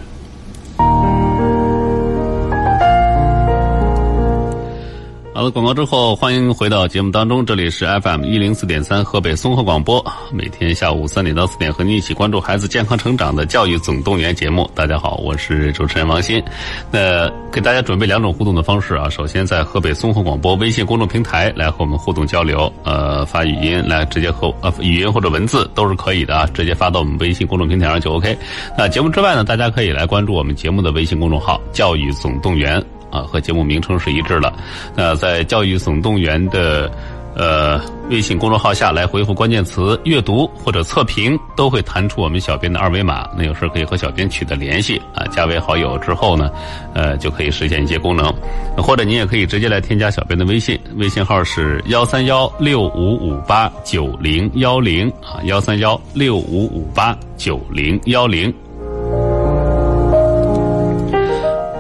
Speaker 1: 好了，广告之后，欢迎回到节目当中，这里是 FM 一零四点三河北综合广播，每天下午三点到四点，和您一起关注孩子健康成长的教育总动员节目。大家好，我是主持人王鑫。那给大家准备两种互动的方式啊，首先在河北综合广播微信公众平台来和我们互动交流，呃，发语音来直接和呃语音或者文字都是可以的啊，直接发到我们微信公众平台上就 OK。那节目之外呢，大家可以来关注我们节目的微信公众号“教育总动员”。啊，和节目名称是一致的。那在教育总动员的呃微信公众号下来回复关键词“阅读”或者“测评”，都会弹出我们小编的二维码。那有时可以和小编取得联系啊，加为好友之后呢，呃，就可以实现一些功能。或者您也可以直接来添加小编的微信，微信号是幺三幺六五五八九零幺零啊，幺三幺六五五八九零幺零。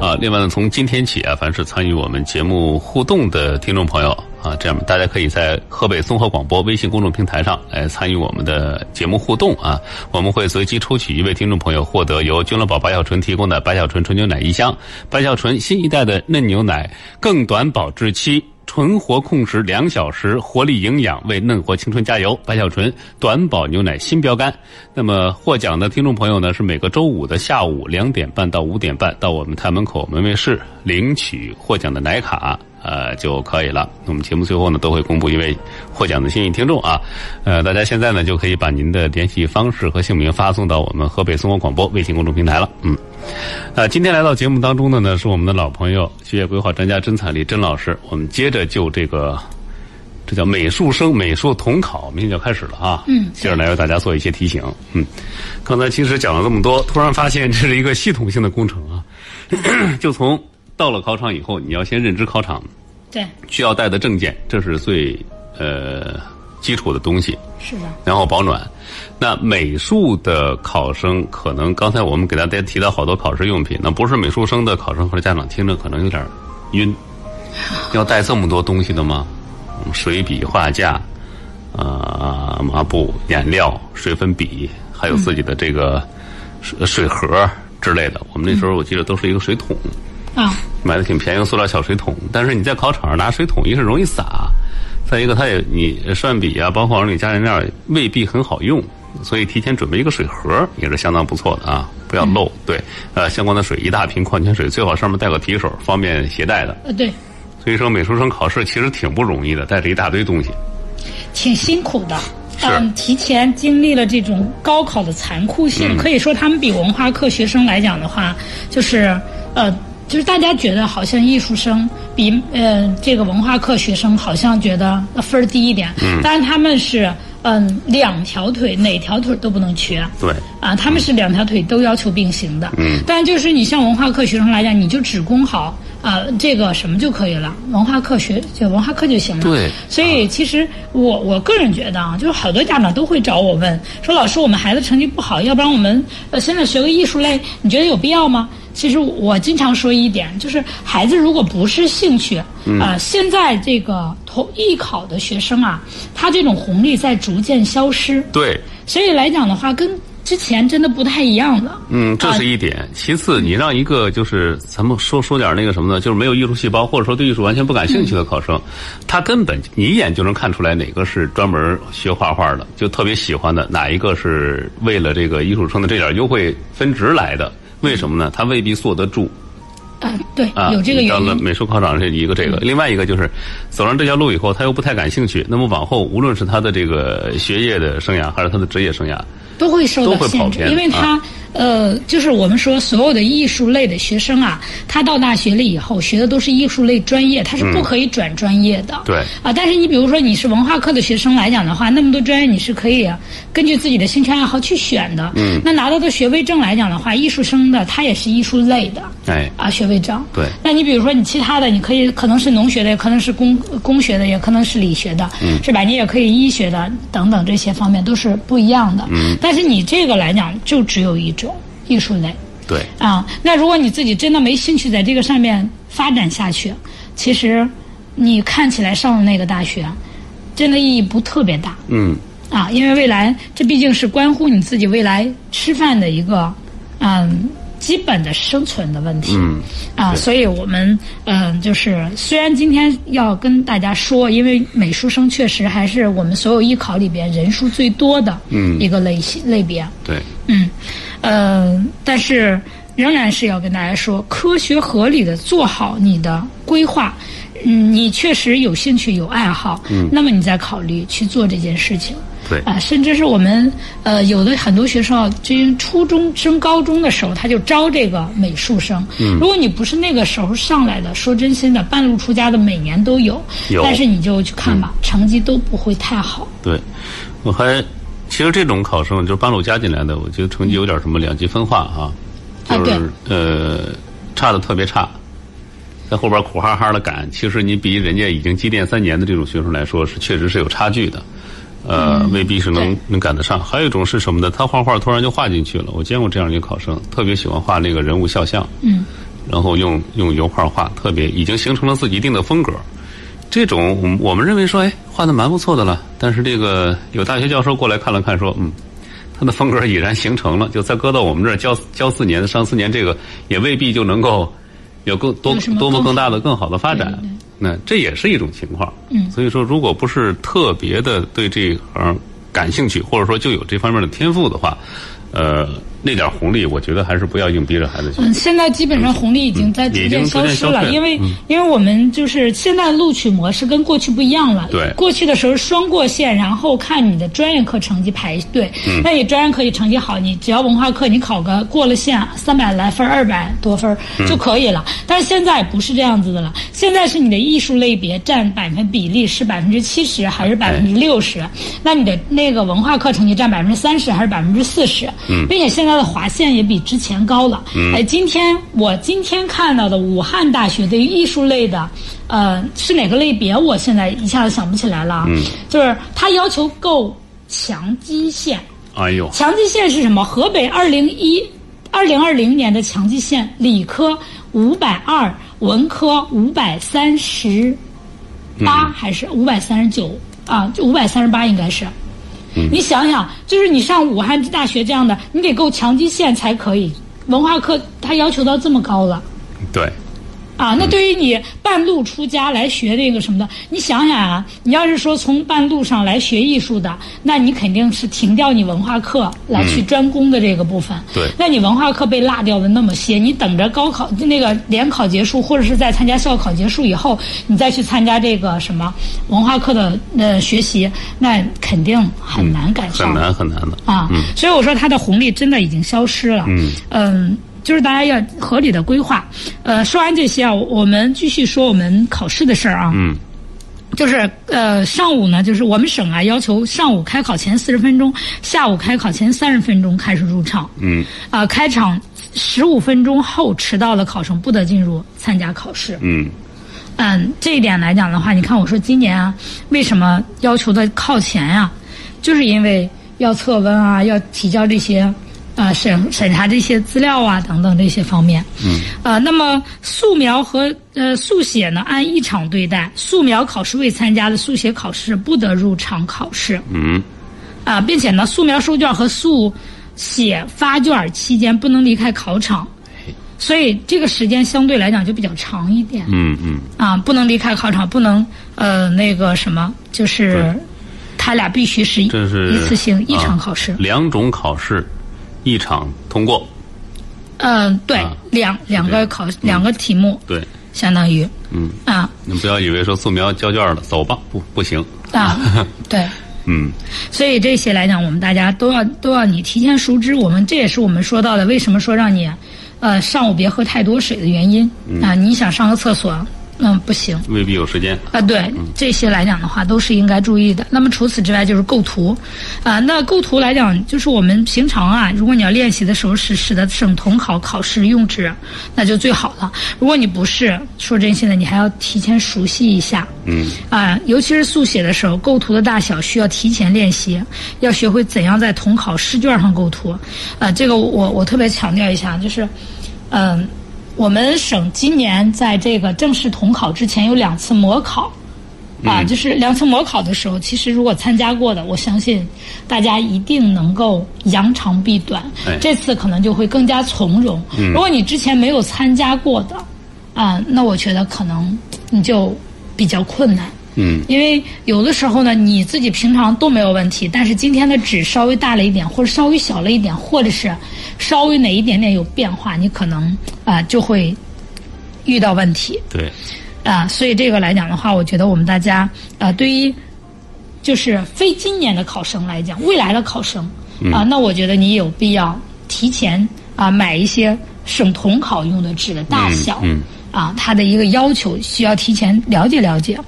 Speaker 1: 啊，另外呢，从今天起啊，凡是参与我们节目互动的听众朋友啊，这样大家可以在河北综合广播微信公众平台上来参与我们的节目互动啊。我们会随机抽取一位听众朋友，获得由君乐宝白小纯提供的白小纯纯牛奶一箱、白小纯新一代的嫩牛奶更短保质期。纯活控时两小时，活力营养为嫩活青春加油！白小纯短保牛奶新标杆。那么获奖的听众朋友呢，是每个周五的下午两点半到五点半到我们台门口门卫室领取获奖的奶卡。呃就可以了。那我们节目最后呢，都会公布一位获奖的幸运听众啊。呃，大家现在呢就可以把您的联系方式和姓名发送到我们河北综合广播微信公众平台了。嗯，呃，今天来到节目当中的呢是我们的老朋友，学业规划专家甄彩丽甄老师。我们接着就这个。这叫美术生美术统考，明天就开始了啊！
Speaker 2: 嗯
Speaker 1: 接着来为大家做一些提醒。嗯，刚才其实讲了这么多，突然发现这是一个系统性的工程啊！ 就从到了考场以后，你要先认知考场，
Speaker 2: 对，
Speaker 1: 需要带的证件，这是最呃基础的东西。
Speaker 2: 是的，
Speaker 1: 然后保暖。那美术的考生可能刚才我们给大家提到好多考试用品，那不是美术生的考生或者家长听着可能有点晕，要带这么多东西的吗？嗯水笔、画架，啊、抹布、颜料、水粉笔，还有自己的这个水水盒之类的。我们那时候我记得都是一个水桶。
Speaker 2: 啊，
Speaker 1: 买的挺便宜的塑料小水桶，但是你在考场上拿水桶，一是容易洒，再一个它也你涮笔啊，包括你加颜料未必很好用，所以提前准备一个水盒也是相当不错的啊，不要漏。对，呃，相关的水一大瓶矿泉水，最好上面带个提手，方便携带的。
Speaker 2: 呃，对，
Speaker 1: 所以说美术生考试其实挺不容易的，带着一大堆东西。
Speaker 2: 挺辛苦的。
Speaker 1: 是
Speaker 2: 嗯，提前经历了这种高考的残酷
Speaker 1: 嗯
Speaker 2: 性，可以说他们比文化课学生来讲的话，就是呃，就是大家觉得好像艺术生比呃这个文化课学生好像觉得呃分儿低一点，但是他们是嗯、两条腿哪条腿都不能瘸，
Speaker 1: 对，
Speaker 2: 啊，他们是两条腿都要求并行的。嗯，但就是你像文化课学生来讲，你就只攻好啊这个什么就可以了，文化课学就文化课就行了。
Speaker 1: 对
Speaker 2: 所以其实我我个人觉得啊，就是好多家长都会找我问说，老师我们孩子成绩不好，要不然我们呃现在学个艺术类，你觉得有必要吗？其实我经常说一点，就是孩子如果不是兴趣，啊、
Speaker 1: 嗯
Speaker 2: 现在这个投艺考的学生啊，他这种红利在逐渐消失。
Speaker 1: 对，
Speaker 2: 所以来讲的话，跟之前真的不太一样了。
Speaker 1: 嗯，这
Speaker 2: 啊
Speaker 1: 是一点。其
Speaker 2: 嗯
Speaker 1: 次，你让一个就是咱们说说点那个什么呢，就是没有艺术细胞或者说对艺术完全不感兴趣的考生，
Speaker 2: 嗯
Speaker 1: 他根本你一眼就能看出来哪个是专门学画画的，就特别喜欢的，哪一个是为了这个艺术生的这点优惠分值来的。为什么呢？他未必坐得住
Speaker 2: 啊，对，
Speaker 1: 啊！
Speaker 2: 有这个
Speaker 1: 你到
Speaker 2: 原
Speaker 1: 了
Speaker 2: 因。嗯
Speaker 1: 美术考场是一个这个，另外一个就是走上这条路以后，他又不太感兴趣。那么往后，无论是他的这个学业的生涯，还是他的职业生涯，
Speaker 2: 都会受
Speaker 1: 都
Speaker 2: 到
Speaker 1: 会跑
Speaker 2: 限制
Speaker 1: 偏，啊
Speaker 2: 因为他、呃，就是我们说所有的艺术类的学生啊，他到大学了以后学的都是艺术类专业，他是不可以转专业的。
Speaker 1: 嗯对
Speaker 2: 啊，但是你比如说你是文化课的学生来讲的话，那么多专业你是可以啊根据自己的兴趣爱好去选的。嗯，那拿到的学位证来讲的话，艺术生的他也是艺术类的。
Speaker 1: 哎，
Speaker 2: 啊，学位证。
Speaker 1: 对
Speaker 2: 那你比如说你其他的，你可以可能是农学的，也可能是工工学的，也可能是理学的，是吧？你也可以医学的等等这些方面都是不一样的。嗯。但是你这个来讲，就只有一种艺术类
Speaker 1: 对。
Speaker 2: 啊。那如果你自己真的没兴趣在这个上面发展下去，其实你看起来上了那个大学，真的意义不特别大。
Speaker 1: 嗯，
Speaker 2: 啊，因为未来这毕竟是关乎你自己未来吃饭的一个，嗯，基本的生存的问题。嗯，啊，所以我们嗯，就是虽然今天要跟大家说，因为美术生确实还是我们所有艺考里边人数最多的一个类型、类别。
Speaker 1: 对。
Speaker 2: 嗯，呃，但是仍然是要跟大家说，科学合理的做好你的规划。嗯，你确实有兴趣有爱好，嗯，那么你再考虑去做这件事情。
Speaker 1: 对
Speaker 2: 啊、甚至是我们呃，有的很多学生啊，就是初中升高中的时候，他就招这个美术生。嗯，如果你不是那个时候上来的，说真心的，半路出家的每年都有，
Speaker 1: 有嗯
Speaker 2: 但是你就去看吧，成绩都不会太好。
Speaker 1: 对，我还其实这种考生就是半路加进来的，我觉得成绩有点什么两极分化啊，就是、
Speaker 2: 啊
Speaker 1: 呃差的特别差，在后边苦哈哈的赶，其实你比人家已经积淀三年的这种学生来说是确实是有差距的。呃，未必是能
Speaker 2: 嗯对
Speaker 1: 能赶得上。还有一种是什么呢？他画画突然就画进去了。我见过这样一个考生，特别喜欢画那个人物肖像，嗯，然后用用油画画，特别已经形成了自己一定的风格。这种我们我们认为说，哎，画的蛮不错的了。但是这个有大学教授过来看了看，说，嗯，他的风格已然形成了，就再搁到我们这儿教教四年、上四年，这个也未必就能够有更多
Speaker 2: 有什么
Speaker 1: 多么
Speaker 2: 更
Speaker 1: 更大的、更好的发展。
Speaker 2: 对对
Speaker 1: 那这也是一种情况。嗯，所以说，如果不是特别的对这行感兴趣，或者说就有这方面的天赋的话，呃，那点红利，我觉得还是不要硬逼着孩子去。
Speaker 2: 嗯，现在基本上红利已经在
Speaker 1: 嗯已
Speaker 2: 逐
Speaker 1: 经
Speaker 2: 渐
Speaker 1: 逐
Speaker 2: 消
Speaker 1: 渐
Speaker 2: 失
Speaker 1: 消
Speaker 2: 了，
Speaker 1: 退嗯
Speaker 2: 因为、因为我们就是现在录取模式跟过去不一样了。
Speaker 1: 对
Speaker 2: 过去的时候双过线，然后看你的专业课成绩排队。
Speaker 1: 嗯
Speaker 2: 那你专业课你成绩好，你只要文化课你考个过了线三百来分、二百多分儿
Speaker 1: 嗯
Speaker 2: 就可以了。但是现在不是这样子的了，现在是你的艺术类别占百分比例是百分之七十还是百分之六十？那你的那个文化课成绩占百分之三十还是百分之四十？并且现在的划线也比之前高了。哎，今天我今天看到的武汉大学对于艺术类的，呃，是哪个类别？我现在一下子想不起来了啊。就是它要求够强基线，
Speaker 1: 哎呦，
Speaker 2: 强基线是什么？河北二零一二零二零年的强基线，理科五百二，文科五百三十八还是五百三十九啊？就五百三十八应该是。你想想，就是你上武汉大学这样的，你得够强基线才可以。文化课它要求到这么高了。
Speaker 1: 对。
Speaker 2: 啊，那对于你半路出家来学这个什么的，你想想啊，你要是说从半路上来学艺术的，那你肯定是停掉你文化课来去专攻的这个部分。
Speaker 1: 嗯对
Speaker 2: 那你文化课被落掉的那么些，你等着高考那个联考结束，或者是在参加校考结束以后，你再去参加这个什么文化课的呃学习，那肯定很难赶
Speaker 1: 嗯
Speaker 2: 上。
Speaker 1: 很难很难的。
Speaker 2: 啊，所以我说它的红利真的已经消失了。嗯就是大家要合理的规划。呃，说完这些啊，我我们继续说我们考试的事儿啊。
Speaker 1: 嗯。
Speaker 2: 就是呃，上午呢，就是我们省啊要求上午开考前四十分钟，下午开考前三十分钟开始入场。嗯。啊、开场十五分钟后迟到的考生不得进入参加考试。
Speaker 1: 嗯，
Speaker 2: 嗯，这一点来讲的话，你看我说今年啊，为什么要求的靠前呀、就是因为要测温啊，要提交这些，呃，审审查这些资料啊等等这些方面。嗯。呃，那么素描和呃速写呢，按一场对待。素描考试未参加的速写考试不得入场考试。嗯。啊，并且呢，素描收卷和速写发卷期间不能离开考场，所以这个时间相对来讲就比较长一点。
Speaker 1: 嗯嗯，
Speaker 2: 啊，不能离开考场，不能呃那个什么，就是他俩必须是一
Speaker 1: 这是
Speaker 2: 次性一场
Speaker 1: 啊
Speaker 2: 考试。
Speaker 1: 两种考试，一场通过，
Speaker 2: 嗯、对，
Speaker 1: 啊
Speaker 2: 两两
Speaker 1: 这
Speaker 2: 个
Speaker 1: 样
Speaker 2: 考、两个题目，
Speaker 1: 对，
Speaker 2: 相当于
Speaker 1: 嗯，
Speaker 2: 啊
Speaker 1: 你不要以为说素描交卷了，走吧，不不行，
Speaker 2: 啊，对。
Speaker 1: 嗯
Speaker 2: 所以这些来讲，我们大家都要都要你提前熟知。我们这也是我们说到的，为什么说让你，呃，上午别喝太多水的原因
Speaker 1: 嗯
Speaker 2: 啊、你想上个厕所，嗯，不行啊、
Speaker 1: 未必有时间，
Speaker 2: 对，这些来讲的话都是应该注意的。那么除此之外就是构图，啊、那构图来讲，就是我们平常啊，如果你要练习的时候是使得省统考考试用纸，那就最好了。如果你不是，说真心的，你还要提前熟悉一下。
Speaker 1: 嗯
Speaker 2: 啊，尤其是速写的时候，构图的大小需要提前练习，要学会怎样在统考试卷上构图。啊，这个我我特别强调一下，就是，嗯、我们省今年在这个正式统考之前有两次模考。啊，就是两次模考的时候，其实如果参加过的，我相信大家一定能够扬长避短。
Speaker 1: 哎
Speaker 2: 这次可能就会更加从容。如果你之前没有参加过的，啊，那我觉得可能你就比较困难。
Speaker 1: 嗯
Speaker 2: 因为有的时候呢，你自己平常都没有问题，但是今天的纸稍微大了一点，或者稍微小了一点，或者是稍微哪一点点有变化，你可能啊、就会遇到问题
Speaker 1: 对，
Speaker 2: 啊、所以这个来讲的话，我觉得我们大家啊、对于就是非今年的考生来讲，未来的考生
Speaker 1: 嗯
Speaker 2: 啊、那我觉得你有必要提前啊、买一些省统考用的纸的大小。
Speaker 1: 嗯
Speaker 2: 啊，它的一个要求需要提前了解了解，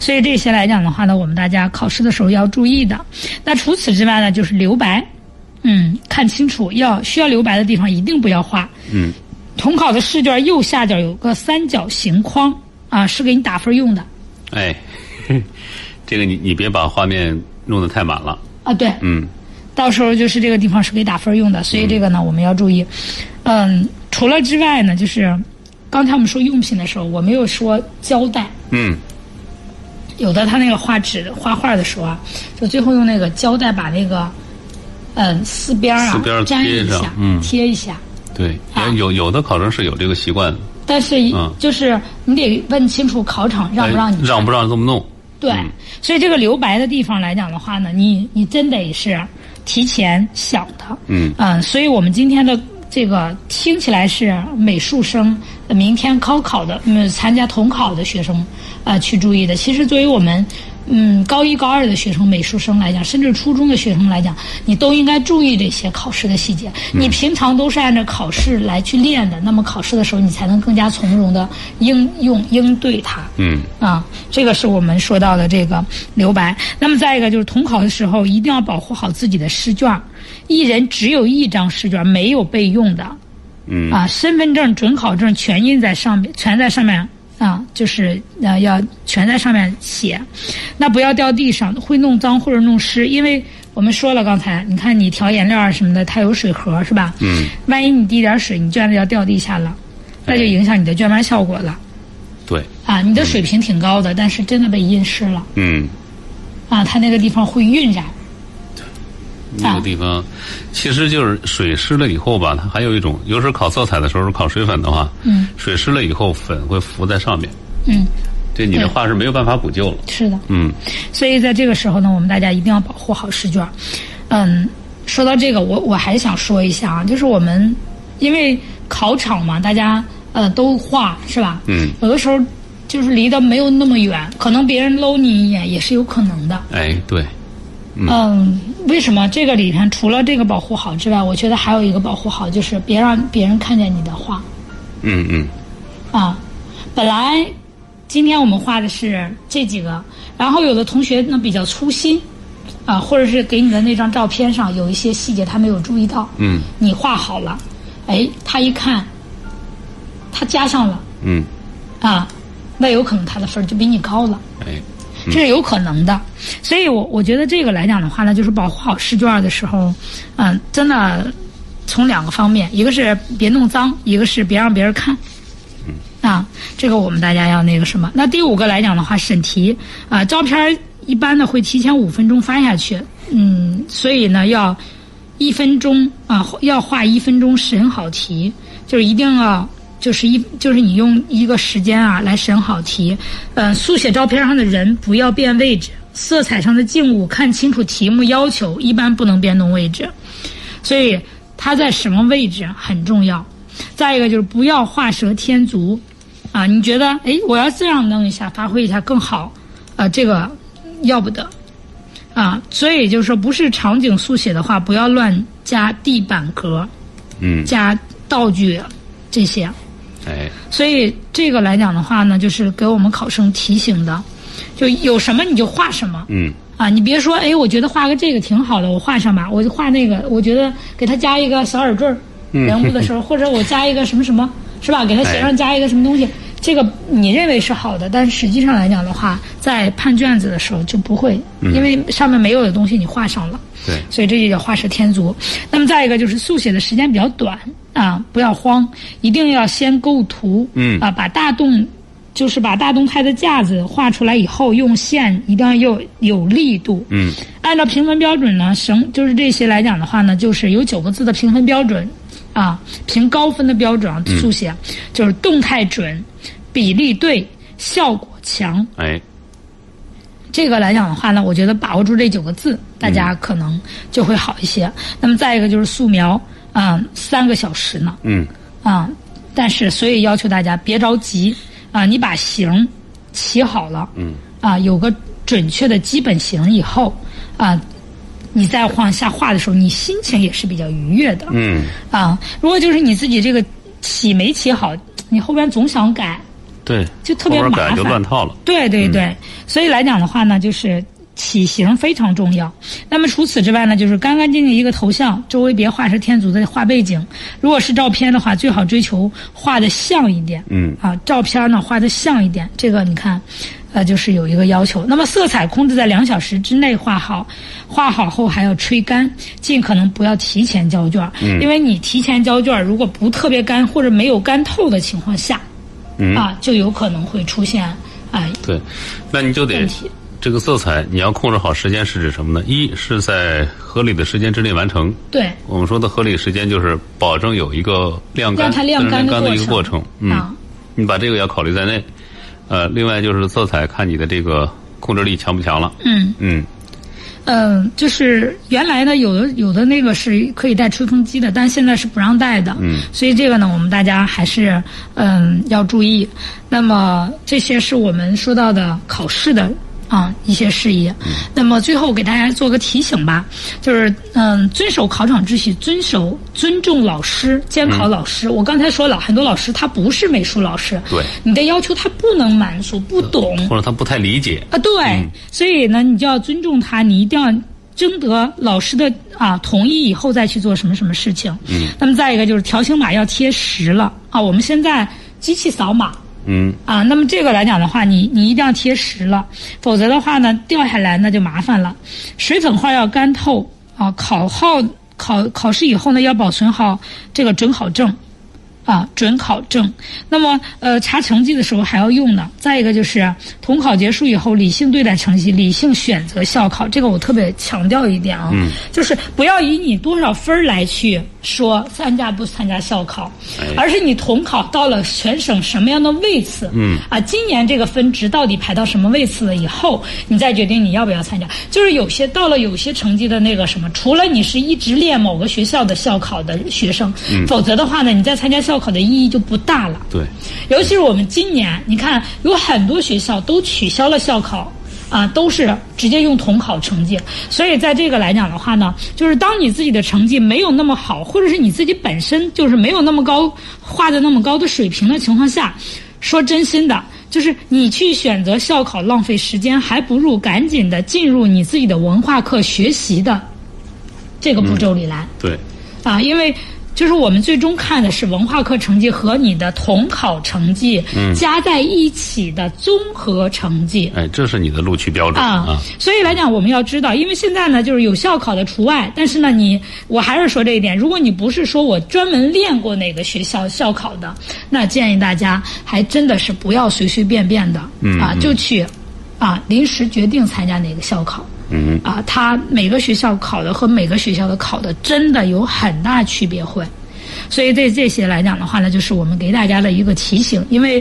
Speaker 2: 所以这些来讲的话呢，我们大家考试的时候要注意的。那除此之外呢，就是留白，嗯，看清楚，要需要留白的地方一定不要画。
Speaker 1: 嗯，
Speaker 2: 统考的试卷右下角有个三角形框啊，是给你打分用的
Speaker 1: 哎， 这个你你别把画面弄得太满了，
Speaker 2: 啊。对，
Speaker 1: 嗯
Speaker 2: 到时候就是这个地方是给打分用的，所以这个呢我们要注意。嗯，除了之外呢，就是刚才我们说用品的时候，我没有说胶带。
Speaker 1: 嗯，
Speaker 2: 有的他那个画纸画画的时候啊，就最后用那个胶带把那个，嗯，四边儿啊
Speaker 1: 四边儿
Speaker 2: 粘一
Speaker 1: 贴上
Speaker 2: 下，
Speaker 1: 嗯
Speaker 2: 贴一下。
Speaker 1: 对，
Speaker 2: 啊
Speaker 1: 有有的考生是有这个习惯的，
Speaker 2: 但是
Speaker 1: 嗯
Speaker 2: 就是你得问清楚考场让不让
Speaker 1: 哎
Speaker 2: 你
Speaker 1: 让不让这么弄，
Speaker 2: 对，所以这个留白的地方来讲的话呢，你你真得是提前想的。
Speaker 1: 嗯
Speaker 2: 嗯，所以我们今天的这个听起来是美术生，呃明天高考的，嗯，参加统考的学生，呃，去注意的。其实作为我们，嗯，高一高二的学生，美术生来讲，甚至初中的学生来讲，你都应该注意这些考试的细节。你平常都是按照考试来去练的，那么考试的时候，你才能更加从容的应用应对它。
Speaker 1: 嗯
Speaker 2: 啊，这个是我们说到的这个留白。那么再一个就是统考的时候，一定要保护好自己的试卷儿，一人只有一张试卷儿没有备用的
Speaker 1: 嗯
Speaker 2: 啊，身份证、准考证全印在上面，全在上面啊，就是呃要全在上面写，那不要掉地上，会弄脏或者弄湿，因为我们说了刚才，你看你调颜料啊什么的，它有水盒是吧？
Speaker 1: 嗯，哎
Speaker 2: 万一你滴点儿水，你卷子要掉地下了，那就影响你的卷班效果了。
Speaker 1: 对，
Speaker 2: 啊，你的水平挺高的，但是真的被阴湿了
Speaker 1: 嗯。
Speaker 2: 啊，它那个地方会晕染。
Speaker 1: 那个地方，其实就是水湿了以后吧，它还有一种，有时候考色彩的时候，考水粉的话，
Speaker 2: 嗯，
Speaker 1: 水湿了以后，粉会浮在上面，
Speaker 2: 嗯，
Speaker 1: 对你的
Speaker 2: 对
Speaker 1: 画是没有办法补救了，
Speaker 2: 是的，
Speaker 1: 嗯
Speaker 2: 所以在这个时候呢，我们大家一定要保护好试卷儿。嗯，说到这个，我我还想说一下啊，就是我们因为考场嘛，大家呃都画是吧？
Speaker 1: 嗯，
Speaker 2: 有的时候就是离得没有那么远，可能别人搂你一眼也是有可能的。
Speaker 1: 哎，对，
Speaker 2: 嗯，为什么这个里边除了这个保护好之外，我觉得还有一个保护好就是别让别人看见你的画。
Speaker 1: 嗯嗯
Speaker 2: 啊，本来今天我们画的是这几个，然后有的同学呢比较粗心，啊，或者是给你的那张照片上有一些细节他没有注意到，
Speaker 1: 嗯
Speaker 2: 你画好了，哎，他一看，他加上了
Speaker 1: 嗯，
Speaker 2: 啊，那有可能他的分儿就比你高了。
Speaker 1: 哎，
Speaker 2: 这是有可能的。所以我我觉得这个来讲的话呢，就是保护好试卷的时候，嗯、真的从两个方面，一个是别弄脏，一个是别让别人看。啊，这个我们大家要那个什么。那第五个来讲的话，审题啊、照片儿一般呢会提前五分钟发下去，嗯，所以呢要一分钟啊、要画一分钟审好题，就是一定要。就是一，就是你用一个时间啊来审好题，呃，速写照片上的人不要变位置，色彩上的静物看清楚题目要求，一般不能变动位置，所以它在什么位置很重要。再一个就是不要画蛇添足，啊，你觉得哎我要这样弄一下，发挥一下更好，啊，这个要不得，啊，所以就是说不是场景速写的话，不要乱加地板格，
Speaker 1: 嗯，
Speaker 2: 加道具这些。
Speaker 1: 哎，
Speaker 2: 所以这个来讲的话呢，就是给我们考生提醒的，就有什么你就画什么。
Speaker 1: 嗯，
Speaker 2: 啊，你别说，哎，我觉得画个这个挺好的，我画上吧，我就画那个，我觉得给他加一个小耳坠儿，人物的时候，或者我加一个什么什么，是吧？给他写
Speaker 1: 哎
Speaker 2: 上加一个什么东西，这个你认为是好的，但实际上来讲的话，在判卷子的时候就不会，因为上面没有的东西你画上了。
Speaker 1: 对，
Speaker 2: 所以这就叫画蛇添足。那么再一个就是速写的时间比较短啊，不要慌，一定要先构图，
Speaker 1: 嗯
Speaker 2: 啊，把大动。就是把大动态的架子画出来以后，用线一定要有有力度。
Speaker 1: 嗯，
Speaker 2: 按照评分标准呢，绳就是这些来讲的话呢，就是有九个字的评分标准，啊，评高分的标准
Speaker 1: 嗯
Speaker 2: 啊，速写、就是动态准、比例对、效果强，
Speaker 1: 哎，
Speaker 2: 这个来讲的话呢，我觉得把握住这九个字，大家可能就会好一些。那么再一个就是素描，啊、三个小时呢，
Speaker 1: 嗯，
Speaker 2: 啊、但是所以要求大家别着急，啊、你把形起好了，嗯，啊、有个准确的基本型以后，啊、你再往下画的时候，你心情也是比较愉悦的，
Speaker 1: 嗯，
Speaker 2: 啊、如果就是你自己这个起没起好，你后边总想改，
Speaker 1: 对，
Speaker 2: 就特别
Speaker 1: 后边改
Speaker 2: 麻
Speaker 1: 就
Speaker 2: 烦
Speaker 1: 乱套了。
Speaker 2: 对对对，
Speaker 1: 嗯
Speaker 2: 所以来讲的话呢，就是体型非常重要。那么除此之外呢，就是干干净净一个头像，周围别画蛇添足的画背景。如果是照片的话，最好追求画的像一点。
Speaker 1: 嗯
Speaker 2: 啊，照片呢画的像一点，这个你看，呃，就是有一个要求。那么色彩控制在两小时之内画好，画好后还要吹干，尽可能不要提前交卷儿，
Speaker 1: 嗯
Speaker 2: 因为你提前交卷儿，如果不特别干或者没有干透的情况下，
Speaker 1: 嗯
Speaker 2: 啊，就有可能会出现。啊、
Speaker 1: 对，那你就得
Speaker 2: 问题
Speaker 1: 这个色彩，你要控制好时间是指什么呢？一是在合理的时间之内完成。
Speaker 2: 对，
Speaker 1: 我们说的合理时间就是保证有一个晾干、
Speaker 2: 让它晾
Speaker 1: 自然
Speaker 2: 干的
Speaker 1: 干的一个过
Speaker 2: 过程
Speaker 1: 程。嗯，
Speaker 2: 啊
Speaker 1: 你把这个要考虑在内。呃，另外就是色彩，看你的这个控制力强不强了。
Speaker 2: 嗯
Speaker 1: 嗯，
Speaker 2: 嗯、呃就是原来呢，有的有的那个是可以带吹风机的，但现在是不让带的。
Speaker 1: 嗯，
Speaker 2: 所以这个呢，我们大家还是嗯要注意。那么这些是我们说到的考试的。啊，一些事宜。
Speaker 1: 嗯
Speaker 2: 那么最后给大家做个提醒吧，就是嗯，遵守考场秩序，遵守尊重老师、监考
Speaker 1: 嗯
Speaker 2: 老师。我刚才说了，很多老师他不是美术老师，
Speaker 1: 对
Speaker 2: 你的要求他不能满足，不懂，
Speaker 1: 或者他不太理解。
Speaker 2: 啊，对，所以呢，你就要尊重他，你一定要征得老师的啊同意以后再去做什么什么事情。嗯，那么再一个就是条形码要贴实了啊，我们现在机器扫码。
Speaker 1: 嗯，
Speaker 2: 啊，那么这个来讲的话，你你一定要贴实了，否则的话呢，掉下来那就麻烦了。水粉画要干透啊，考后考考试以后呢，要保存好这个准考证。啊，准考证。那么，呃，查成绩的时候还要用呢。再一个就是，统考结束以后，理性对待成绩，理性选择校考。这个我特别强调一点啊，就是不要以你多少分儿来去说参加不参加校考，而是你统考到了全省什么样的位次，嗯，啊，今年这个分值到底排到什么位次了以后，你再决定你要不要参加。就是有些到了有些成绩的那个什么，除了你是一直练某个学校的校考的学生，否则的话呢，你再参加校考的意义就不大了。
Speaker 1: 对，
Speaker 2: 尤其是我们今年，你看有很多学校都取消了校考。啊，都是直接用统考成绩，所以在这个来讲的话呢，就是当你自己的成绩没有那么好，或者是你自己本身就是没有那么高画的那么高的水平的情况下，说真心的，就是你去选择校考浪费时间，还不如赶紧的进入你自己的文化课学习的这个步骤里来。
Speaker 1: 对，
Speaker 2: 啊，因为就是我们最终看的是文化课成绩和你的统考成绩加在一起的综合成绩。
Speaker 1: 哎，这是你的录取标准
Speaker 2: 啊
Speaker 1: 啊。，
Speaker 2: 所以来讲，我们要知道，因为现在呢，就是有校考的除外，但是呢，你我还是说这一点，如果你不是说我专门练过哪个学校校考嗯的，那建议大家还真的是不要随随便便的、啊，就去啊，临时决定参加哪个校考。嗯啊，他每个学校考的和每个学校的考的真的有很大区别会，所以对这些来讲的话呢，就是我们给大家的一个提醒，因为，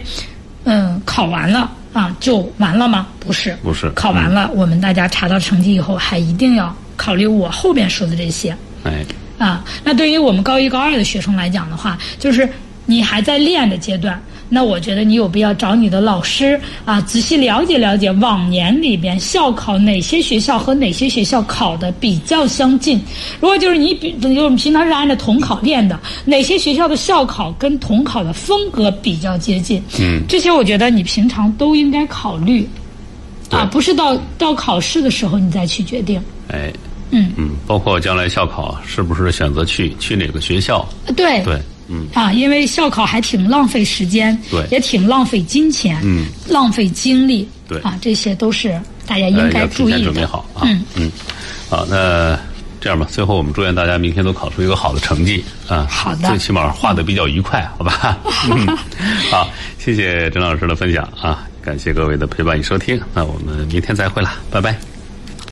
Speaker 2: 嗯，考完了啊就完了吗？不是，
Speaker 1: 不是嗯
Speaker 2: 考完了，我们大家查到成绩以后，还一定要考虑我后边说的这些。
Speaker 1: 哎，
Speaker 2: 啊，那对于我们高一高二的学生来讲的话，就是你还在练的阶段，那我觉得你有必要找你的老师啊，仔细了解了解往年里边校考哪些学校和哪些学校考的比较相近。如果就是你比，就是我们平常是按照统考练的，哪些学校的校考跟统考的风格比较接近？嗯，这些我觉得你平常都应该考虑，
Speaker 1: 对
Speaker 2: 啊，不是到到考试的时候你再去决定。
Speaker 1: 哎，
Speaker 2: 嗯
Speaker 1: 嗯，包括将来校考是不是选择去去哪个学校？
Speaker 2: 对
Speaker 1: 对，嗯，
Speaker 2: 啊，因为校考还挺浪费时间，
Speaker 1: 对
Speaker 2: 也挺浪费金钱，
Speaker 1: 嗯，
Speaker 2: 浪费精力，
Speaker 1: 对
Speaker 2: 啊，这些都是大家应
Speaker 1: 呃，
Speaker 2: 该
Speaker 1: 要提
Speaker 2: 注
Speaker 1: 前
Speaker 2: 意
Speaker 1: 准备
Speaker 2: 的。
Speaker 1: 好啊。
Speaker 2: 嗯
Speaker 1: 好，那这样吧，最后我们祝愿大家明天都考出一个好的成绩啊。
Speaker 2: 好的
Speaker 1: 最起码画的比较愉快，好 吧？嗯好，谢谢郑老师的分享啊，感谢各位的陪伴与收听，那我们明天再会啦，拜拜。